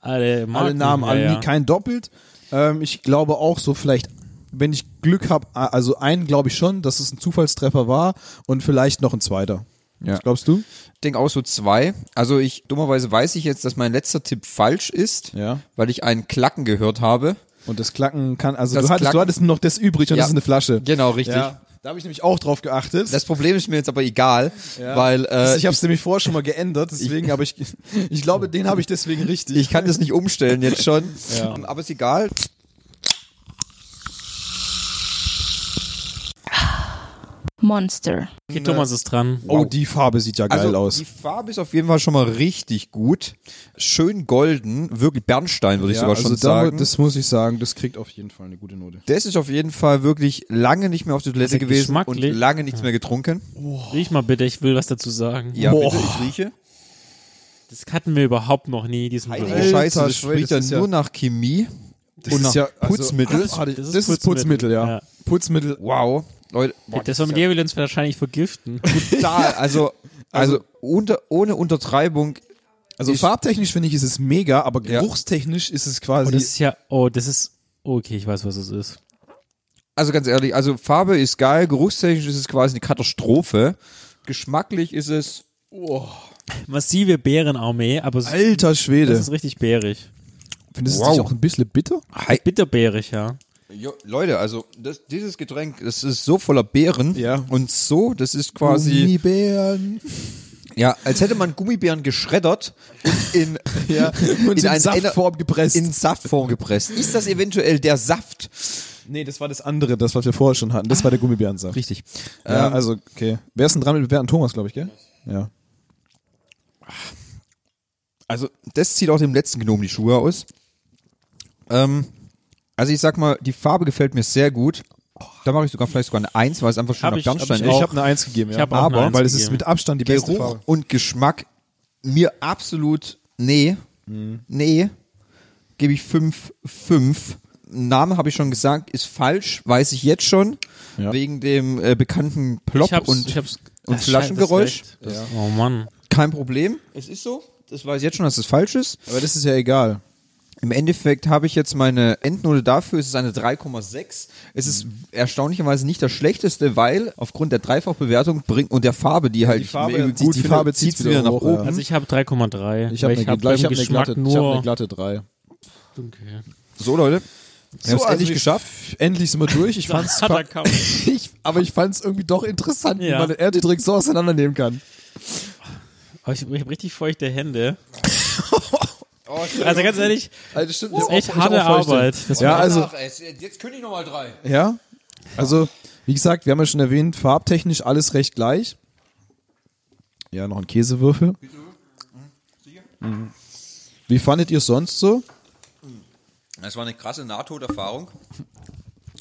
Alle, Marken,
alle Namen,
Ah, ja,
alle,
ja.
kein doppelt. Ähm, ich glaube auch so vielleicht, wenn ich Glück habe, also einen glaube ich schon, dass es ein Zufallstreffer war und vielleicht noch ein zweiter.
Ja.
Was glaubst du?
denke auch so zwei. Also ich, dummerweise weiß ich jetzt, dass mein letzter Tipp falsch ist,
Ja.
weil ich einen Klacken gehört habe.
Und das Klacken kann, also
Das
du hattest,
Klacken-
du hattest noch das übrig und
Ja.
das ist eine Flasche.
Genau, richtig.
Ja. Da habe ich nämlich auch drauf geachtet.
Das Problem ist mir jetzt aber egal, weil äh,
Also ich habe es nämlich vorher schon mal geändert, deswegen, aber ich, ich glaube, den habe ich deswegen richtig.
ich kann das nicht umstellen jetzt schon.
Ja.
Aber ist egal.
Monster.
Okay, Thomas ist dran.
oh, die Farbe sieht ja geil
also
aus.
die Farbe ist auf jeden Fall schon mal richtig gut. Schön golden, wirklich Bernstein würde ich
ja,
sogar
also
schon
da-
sagen. Das,
Das muss ich sagen, das kriegt auf jeden Fall eine gute Note.
ist auf jeden Fall wirklich lange nicht mehr auf der Toilette
Also
gewesen und
geschmacklich-
lange nichts mehr getrunken.
Riech mal bitte, ich will was dazu sagen.
Ja,
Boah.
bitte, ich rieche.
Das hatten wir überhaupt noch nie, diesen
Heilige
Geruch.
Scheiße,
Alter
das
Schwede,
schmeckt
das
ja
ist ja-
nur nach Chemie und nach Putzmittel.
Also, ah, das,
Das ist
das ist Putzmittel,
Putzmittel,
ja.
ja.
Putzmittel.
Wow, Leute, boah,
Das
das ist ja
Sommelier will uns wahrscheinlich vergiften.
brutal. Also, also,
Also-
unter, ohne Untertreibung.
Also
Ich-
farbtechnisch finde ich, ist es mega, aber
Ja.
geruchstechnisch ist es
Oh,
quasi.
das ist ja, oh, das ist, okay, ich weiß, was es ist.
Also ganz ehrlich, also Farbe ist geil, geruchstechnisch ist es quasi eine Katastrophe. Geschmacklich ist es.
Massive Bärenarmee, aber es-
alter Schwede.
das ist richtig bärig.
Findest du
Wow.
dich auch ein bisschen bitter?
Bitterbärig, ja.
Jo, Leute, also das, dieses Getränk, das ist so voller Beeren
Ja.
und so, das ist quasi,
Gummibären.
ja, als hätte man Gummibären geschreddert und in,
Ja, und in,
einer-
Saftform gepresst.
in Saftform gepresst. Ist das eventuell der Saft?
nee, das war das andere, das, was wir vorher schon hatten. Das war der Gummibärensaft.
Richtig.
Ja,
Ähm,
also, okay. Wer ist denn dran mit Bewerten? Thomas, glaube ich, gell? Ja.
Also, das zieht auch dem letzten Gnom die Schuhe aus. Ähm, also, ich sag mal, die Farbe gefällt mir sehr gut. Da mache ich sogar vielleicht sogar eine Eins, weil es einfach
Hab
schöner
ich- hab
Bernstein
ich
ist.
auch.
Ich habe eine Eins gegeben, ja.
Ich hab auch eine
aber
Eins
weil es ist
gegeben.
mit Abstand die beste
Geruch
Farbe.
und Geschmack mir absolut nee. Nee. Gebe ich 5 5. Name habe ich schon gesagt, ist falsch, weiß ich jetzt schon
Ja.
wegen dem äh, bekannten Plop
Ich hab's,
und
ich hab's,
und
Ah, scheiße,
Flaschengeräusch.
das ist recht. Oh
Hm?
Mann.
kein Problem. Es ist so. Das weiß ich jetzt schon, dass es falsch ist.
Aber das ist ja egal.
Im Endeffekt habe ich jetzt meine Endnote dafür, es ist eine 3,6. Es ist erstaunlicherweise nicht das schlechteste, weil aufgrund der Dreifachbewertung bringt und der Farbe, die halt
Farbe
irgendwie
zieht- Also die
finde,
Farbe zieht's
zieht's
wieder hoch, ja.
Also ich habe 3,3.
Ich habe
weil
eine,
hab
glatte- ich
beim
hab eine,
Geschmack
glatte- ich hab
nur.
eine glatte 3.
Okay.
So, Leute. Wir haben es endlich geschafft.
Endlich sind wir durch. Ich fand's,
Harter Kampf.
ich, aber ich fand es irgendwie doch interessant,
Ja.
wie man den Energy Drink so auseinandernehmen kann.
Aber ich ich habe richtig feuchte Hände.
Oh,
also ganz ehrlich,
Also stimmt,
das ist echt harte Arbeit. Das
Ja,
war-
also
jetzt kündige ich nochmal drei.
Ja. Also, wie gesagt, wir haben ja schon erwähnt, farbtechnisch alles recht gleich. Ja, noch ein Käsewürfel. Mhm. Wie fandet ihr es sonst so?
Das war eine krasse Nahtoderfahrung.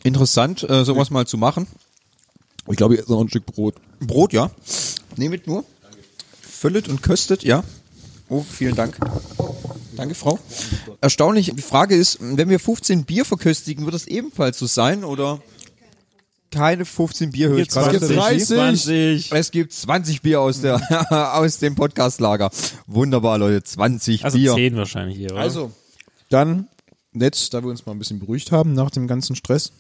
Interessant, äh, sowas mal zu machen.
Ich glaube, jetzt noch ein Stück Brot.
Brot, ja. Nehmet nur. Füllet und köstet, ja. Oh, vielen Dank. Danke, Frau. Erstaunlich. Die Frage ist, wenn wir 15 Bier verköstigen, wird das ebenfalls so sein oder? Keine 15 Bier höre ich
Jetzt
gerade.
20.
tatsächlich.
20.
Es gibt 20 Bier aus, der, aus dem Podcastlager. Wunderbar, Leute. 20
Also
Bier.
10 wahrscheinlich hier, oder?
Also, dann, jetzt, da wir uns mal ein bisschen beruhigt haben nach dem ganzen Stress,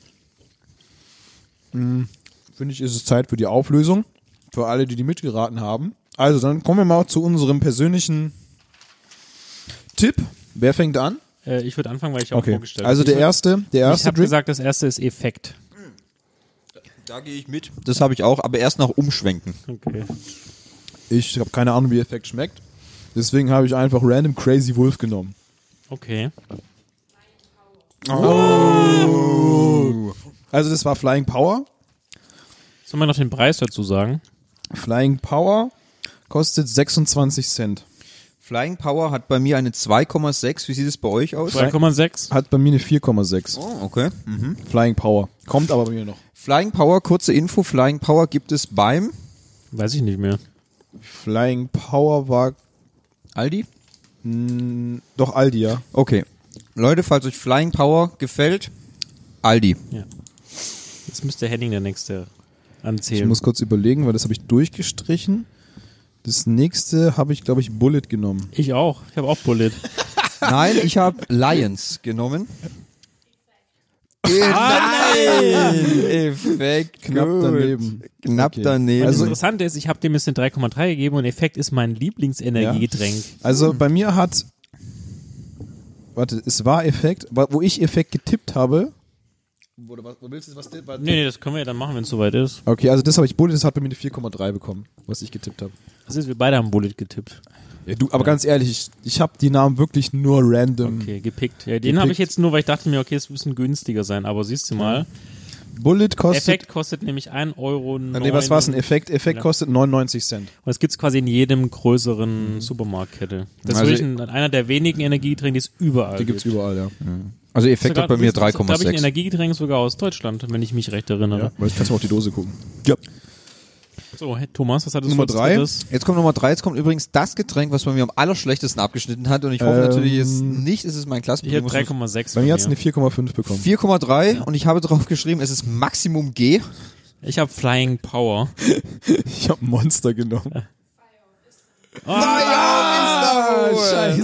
mh, finde ich, ist es Zeit für die Auflösung. Für alle, die die mitgeraten haben. Also, dann kommen wir mal zu unserem persönlichen Tipp. Wer fängt an?
äh, ich würde anfangen, weil ich auch vorgestellt
Also
hab.
der
Ich
erste, der
hab- Ich
erste
habe
Drink.
gesagt, das erste ist Effekt.
Da gehe ich mit. Das habe ich auch, aber erst nach Umschwenken.
Okay.
Ich habe keine Ahnung, wie Effekt schmeckt. Deswegen habe ich einfach random Crazy Wolf genommen.
Okay.
Also das war Flying Power.
Sollen wir noch den Preis dazu sagen?
Flying Power kostet 26 Cent.
Flying Power hat bei mir eine 2,6. Wie sieht es bei euch aus?
3,6.
Hat bei mir eine 4,6.
Oh, okay.
Flying Power. Kommt aber bei mir noch.
Flying Power, kurze Info, Flying Power gibt es beim
Weiß ich nicht mehr.
Flying Power war
Aldi.
doch Aldi, ja.
Okay. Leute, falls euch Flying Power gefällt, Aldi.
Ja. Das müsste Henning der nächste anzählen.
Ich muss kurz überlegen, weil das habe ich durchgestrichen. Das nächste habe ich, glaube ich, Bullet genommen.
Ich auch. Ich habe auch Bullet.
Nein, ich habe Lions genommen. Ah, nein! Effekt.
Knapp
gut.
daneben.
Knapp
Okay.
daneben.
Das
Also-
Interessante ist, ich habe dem jetzt eine 3,3 gegeben und Effekt ist mein Lieblingsenergiegetränk.
Also bei mir hat. Warte, es war Effekt, wa- wo ich Effekt getippt habe.
Nee, nee, das können wir ja dann machen, wenn es soweit ist.
Okay, also das habe ich Bullet, das hat bei mir eine 4,3 bekommen, was ich getippt habe.
Das ist, wir beide haben Bullet getippt.
Ja, du, aber ganz ehrlich, ich, ich habe die Namen wirklich nur random.
Okay, gepickt. Hm. Ja, den habe ich
Gepickt.
jetzt nur, weil ich dachte mir, okay, es müssen günstiger sein, aber siehst du mal.
Bullet kostet. Ah,
Effekt kostet Ah, nämlich 1 Euro.
Nee, was war's? Ein Effekt? Effekt
Ja.
kostet 99 Cent.
Und das gibt's quasi in jedem größeren Supermarktkette. Das
Also-
ist wirklich ein, einer der wenigen Energiegetränke, die es überall
Die gibt's
gibt.
überall, ja.
also Effekt
Sogar-
hat bei mir
Glaube ich, ein
3,6.
Energiegetränk sogar aus Deutschland, wenn ich mich recht
ja.
erinnere.
Weil ich kannst mal auf die Dose gucken.
So, hey, Thomas, was hattest
Nummer
du als
drei.
drittes?
Jetzt kommt Nummer drei. Jetzt kommt übrigens das Getränk, was bei mir am allerschlechtesten abgeschnitten hat. Und ich hoffe natürlich
Ähm,
jetzt nicht, es ist
Ich
mein
habe
Klassenprimus.
3,6.
Bei mir hat's
von
eine 4,5 bekommen.
4,3 und ich habe drauf geschrieben, es ist Maximum G.
Ich habe Flying Power.
Ich habe Monster genommen.
Ah,
Ah,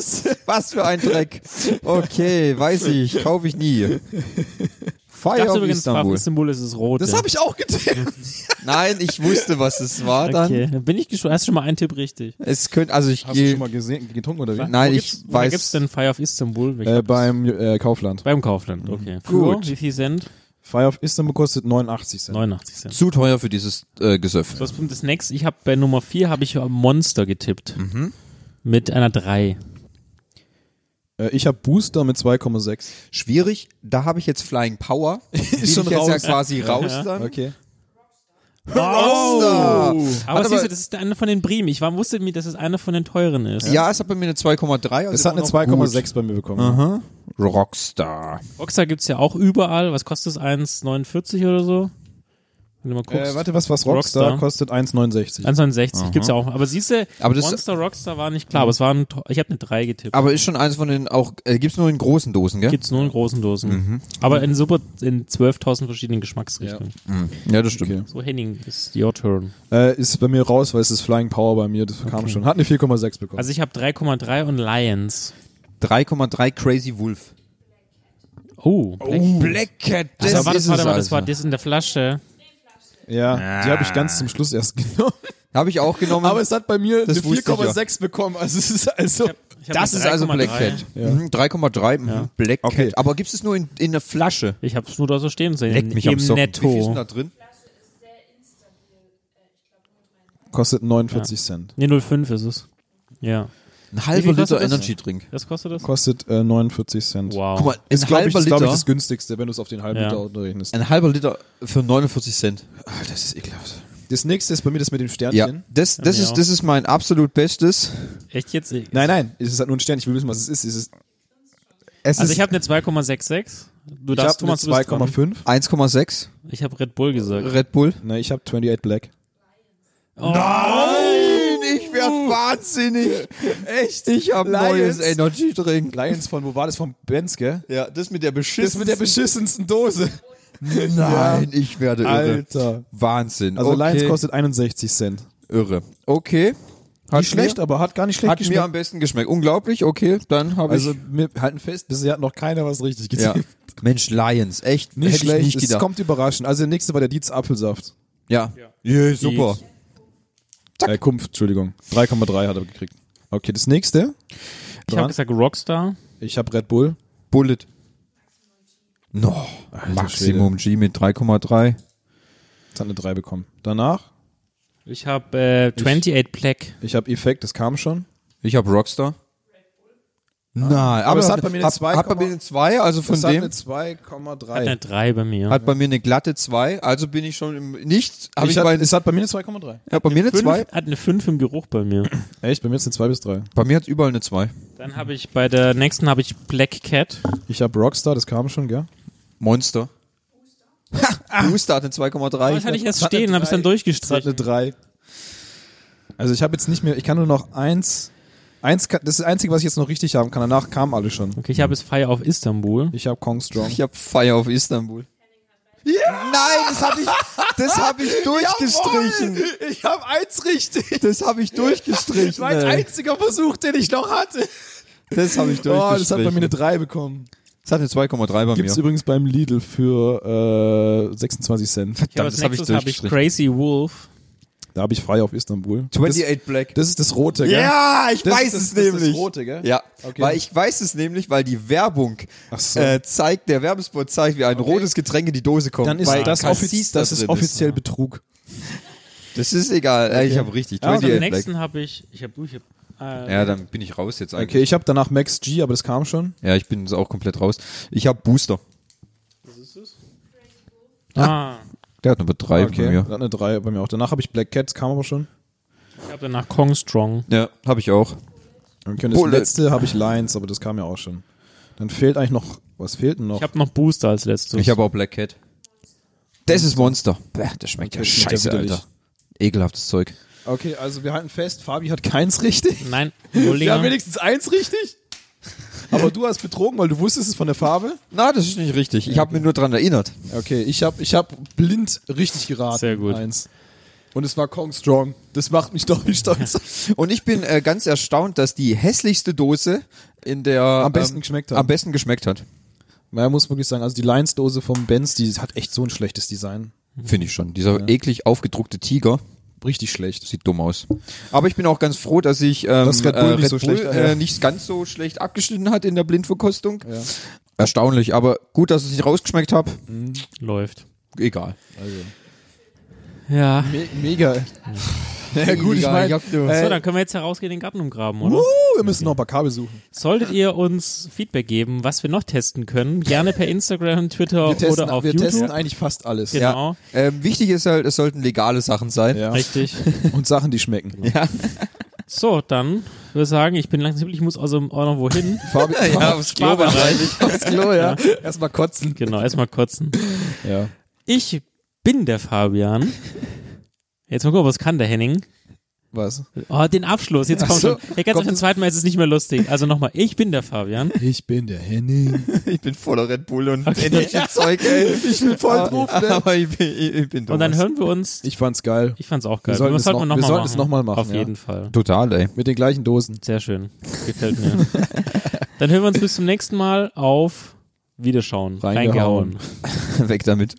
Was für ein Dreck. Okay, weiß ich, kaufe ich nie.
Ich
Fire
dachte
of
übrigens,
Istanbul.
Waffensymbol ist das Rote.
Das habe ich auch getippt.
Nein, ich wusste, was es war dann.
Okay, dann bin ich gespannt. Hast du schon mal einen Tipp richtig?
Es könnte, also ich
Hast du
gehe.
schon mal gesehen, getrunken oder wie?
Nein,
wo
ich
gibt's, Wo
weiß.
gibt's denn Fire of Istanbul? Ich
Äh,
hab-
beim äh, Kaufland.
beim Kaufland, okay.
Gut.
Für, wie viel Cent?
Fire of Istanbul kostet 89 Cent.
89 Cent.
Zu teuer für dieses äh, Gesöff.
Was kommt das nächste? Ich habe bei Nummer 4 habe ich Monster getippt.
Mhm.
Mit einer 3.
Äh, ich habe Booster mit 2,6.
Schwierig, da habe ich jetzt Flying Power. Bin
schon
ich jetzt ja
raus.
quasi raus dann.
Okay.
Rockstar!
Aber
Hat
siehst
aber-
du, das ist einer von den Bremen. Ich war, wusste mir, dass es einer von den teuren ist.
Ja, es hat bei mir eine 2,3. also
Es hat eine
immer noch gut.
2,6 bei mir bekommen.
Rockstar.
Rockstar gibt's ja auch überall. Was kostet es? 1,49 oder so? Wenn du mal guckst.
Äh, warte, was, was Rockstar,
Rockstar.
kostet 1,69.
1,69 gibt's ja auch. Aber siehst du,
Aber das-
Monster Rockstar war nicht klar, aber es war ein, to- ich habe eine 3 getippt.
Aber ist schon eins von den auch, äh, gibt's nur in großen Dosen, gell?
Gibt's nur in großen Dosen.
Mhm.
Aber in super, in 12.000 verschiedenen Geschmacksrichtungen.
Hm. Ja, das stimmt.
So, Henning, it's your turn.
Äh, ist bei mir raus, weil es ist Flying Power bei mir, das kam schon. Hat eine 4,6 bekommen.
Also ich habe 3,3 und Lions.
3,3 Crazy Wolf.
Oh, Black.
Black Cat, das
also, warte,
ist
warte
es
mal, das war
also.
das in der Flasche.
ja, die habe ich ganz zum Schluss erst genommen.
Habe ich auch genommen.
Aber es hat bei mir
Das
eine
wusste ich ja.
4,6 bekommen. Also es ist also.
Ich hab
das
eine
ist also Black
3,3.
Cat. Mhm, 3,3 mhm, Black
Okay.
Cat. Aber gibt's es nur in, in der Flasche?
Ich habe es nur da so stehen sehen.
Leck mich
Im
am Socken. Wie viel ist
Netto.
denn da drin?
Kostet 49 Cent.
Nee, 05 ist es. Ja.
Ein
Wie viel kostet
halber Liter
das? Oh.
Energy Drink.
Das kostet das?
Kostet äh, 49 Cent.
Wow.
Guck mal, ein
Ist, glaube ich,
halber
ist, glaub ich,
Liter.
das günstigste, wenn du es auf den halben
Ja.
Liter unterrechnest.
Ein halber Liter für 49 Cent. Ah, Das ist ekelhaft.
Das nächste ist bei mir das mit dem
Ja,
Sternchen.
das, das,
mir
ist,
auch.
das ist mein absolut bestes.
Echt jetzt?
Nein, nein, es ist halt nur ein Stern. Ich will wissen, was es ist. Es ist
Es
Also
ist
ich habe eine 2,66. Du
ich
darfst,
habe
Thomas, du bist dran.
2,5.
1,6
Ich habe Red Bull gesagt.
Red Bull.
Nein, Ne, ich habe 28 Black.
Nein, ich werd
Uh.
wahnsinnig. Echt, ich hab
Lions.
neues Energy Drink.
Lions von, wo war das? Von Benz, gell?
Ja, das mit der
Das
Beschiss.
mit der beschissensten Dose.
Nein, ich werde irre.
Alter.
Wahnsinn.
Also
okay.
Lions kostet 61 Cent.
irre. Okay. Hat
Nicht schlecht, aber hat gar nicht
Mir,
schlecht
hat mir am
geschmeckt.
besten geschmeckt. Unglaublich. Okay, dann habe
Also
ich.
wir halten fest, bisher hat noch keiner was richtig
Ja.
getan.
Mensch, Lions, echt.
Nicht
hätte
schlecht,
Ich nicht
es
gedacht.
kommt überraschend. Also der nächste war der Dietz Apfelsaft.
Ja. Yeah, super.
Äh, Kumpf, Entschuldigung. 3,3 hat er gekriegt. Okay, das nächste.
Ich habe
Dran.
gesagt Rockstar.
Ich habe Red Bull.
Bullet. No. Maximum G mit 3,3.
Das hat eine 3 bekommen. Danach,
Ich habe äh, 28 Black.
ich habe Effekt, das kam schon.
Ich habe Rockstar. Nein, aber,
es hat bei mir eine
hab-
2,
Hat bei mir eine 2, also von
Das hat eine
dem.
2,3.
Eine 3 bei mir.
Hat bei mir eine glatte 2, also bin ich schon im nicht. Hab ich,
hat-
bei,
es hat bei mir eine 2,3.
ja, bei mir eine
Fünf-
2.
Hat eine 5 im Geruch bei mir.
Echt? Bei mir ist eine 2 bis 3.
Bei mir hat überall eine 2.
Dann habe ich bei der nächsten habe ich Black Cat.
Ich habe Rockstar, das kam schon, gell?
Monster. Ha, Booster hat eine 2,3.
Das hatte ich erst
hat eine
stehen, habe es
drei. Das
dann
hat eine
durchgestrichen.
3. Also ich habe jetzt nicht mehr, ich kann nur noch eins. Eins, kann- das ist das Einzige, was ich jetzt noch richtig haben kann. Danach kamen alle schon.
Okay, ich habe jetzt Fire auf Istanbul.
Ich habe Kong Strong.
Ich hab Fire auf Istanbul. Ja! Nein, das habe ich, das hab ich durchgestrichen.
Ich habe eins richtig.
Das habe ich durchgestrichen. ey.
einziger Versuch, den ich noch hatte.
Das habe ich durchgestrichen.
Oh, das hat bei mir eine 3 bekommen.
das hat eine 2,3 bei
Gibt es
mir.
übrigens beim Lidl für äh, 26 Cent.
Ich habe
das
als
hab ich
nächstes habe ich
durchgestrichen.
Crazy Wolf.
Da habe ich frei auf Istanbul. Das,
28 Black.
das ist das Rote, gell?
Ja, ich
Das
weiß
ist das-
es
das ist das
nämlich.
Rote, gell?
Ja,
Okay.
weil ich weiß es nämlich, weil die Werbung
Ach so.
äh, zeigt, der Werbespot zeigt, wie ein rotes Getränk in die Dose kommt.
Dann ist
weil
das,
Cassis
offiz
da
das ist
drin
offiziell Betrug.
Das ist egal. Äh, Ich habe richtig.
Und am
28 Black.
nächsten habe ich, ich habe, ich hab, äh,
Ja, dann bin ich raus jetzt
Okay,
eigentlich.
ich habe danach Max G, aber das kam schon.
Ja, ich bin jetzt auch komplett raus. Ich habe Booster.
ah,
Der hat Nummer 3
Okay, hat eine 3 bei mir auch. Danach habe ich Black Cats, kam aber schon.
ich habe danach Kong Strong.
Ja, habe ich auch.
Okay, und das
Bullet.
letzte habe ich Lions, aber das kam ja auch schon. Dann fehlt eigentlich noch, was fehlt denn noch?
Ich habe noch Booster als letztes.
Ich habe auch Black Cat. Das ist Monster. Bäh, Das schmeckt ja
Das schmeckt ja
scheiße,
widerlich.
Alter. Ekelhaftes Zeug.
okay, also wir halten fest, Fabi hat keins richtig.
Nein,
Wir haben
Nullinger.
wenigstens eins richtig. Aber du hast betrogen, weil du wusstest es von der Farbe.
Na, das ist nicht richtig. Ich habe mir nur dran erinnert.
Okay, ich habe ich hab blind richtig geraten.
Sehr gut.
Eins. Und es war Kong Strong. Das macht mich doch nicht stolz.
Und ich bin äh, ganz erstaunt, dass die hässlichste Dose in der am
besten geschmeckt hat.
Am besten geschmeckt hat.
Man muss wirklich sagen, also die Lions-Dose vom Benz, die hat echt so ein schlechtes Design.
Finde ich schon. Dieser eklig aufgedruckte Tiger
Mhm. Richtig schlecht.
sieht dumm aus. Aber ich bin auch ganz froh, dass ich ähm,
Dass Red Bull nicht so schlecht, ah, ja.
äh, nicht ganz so schlecht abgeschnitten hat in der Blindverkostung. Erstaunlich, aber gut, dass ich es nicht rausgeschmeckt habe.
Läuft.
Egal.
Ja.
Me mega. Ja gut, ich
Mega,
meine,
juckt nur.
So,
äh,
dann können wir jetzt herausgehen, den Garten umgraben, oder?
uh, wir müssen noch ein paar Kabel suchen.
Solltet ihr uns Feedback geben, was wir noch testen können, gerne per Instagram, Twitter
Wir testen,
oder auf
wir
YouTube.
testen eigentlich fast alles.
Ja. Genau.
Ja. Ähm, wichtig ist halt, es sollten legale Sachen sein.
Ja.
Richtig.
Und Sachen, die schmecken.
So, dann würde ich sagen, ich bin langsam, ich muss also auch noch wohin.
Fabi,
Ja, aufs Klo wahrscheinlich.
aufs Klo, ja. Erstmal kotzen.
Genau, erstmal kotzen.
Ja.
Ich bin der Fabian. Jetzt mal gucken, was kann der Henning?
Was?
Oh, den Abschluss, jetzt
Ach
kommt
so,
schon. Ja, ganz auf
kommt
den zweiten Mal ist es nicht mehr lustig. Also nochmal, ich bin der Fabian.
Ich bin der Henning.
Ich bin voller Red Bull und Energy-Zeug, ey. Ich bin voll
drauf, ne?
Ah, Aber ich bin, ich, ich bin
Und dann
Thomas.
hören wir uns.
Ich fand's geil.
Ich fand's auch geil.
Wir sollten
Das
es noch- wir
noch mal
sollten es noch mal machen,
Auf
ja.
jeden Fall.
Total, ey.
Mit den gleichen Dosen.
Sehr schön. Gefällt mir. Dann hören wir uns bis zum nächsten Mal auf Wiederschauen.
Reingehauen.
Reingehauen.
Weg damit.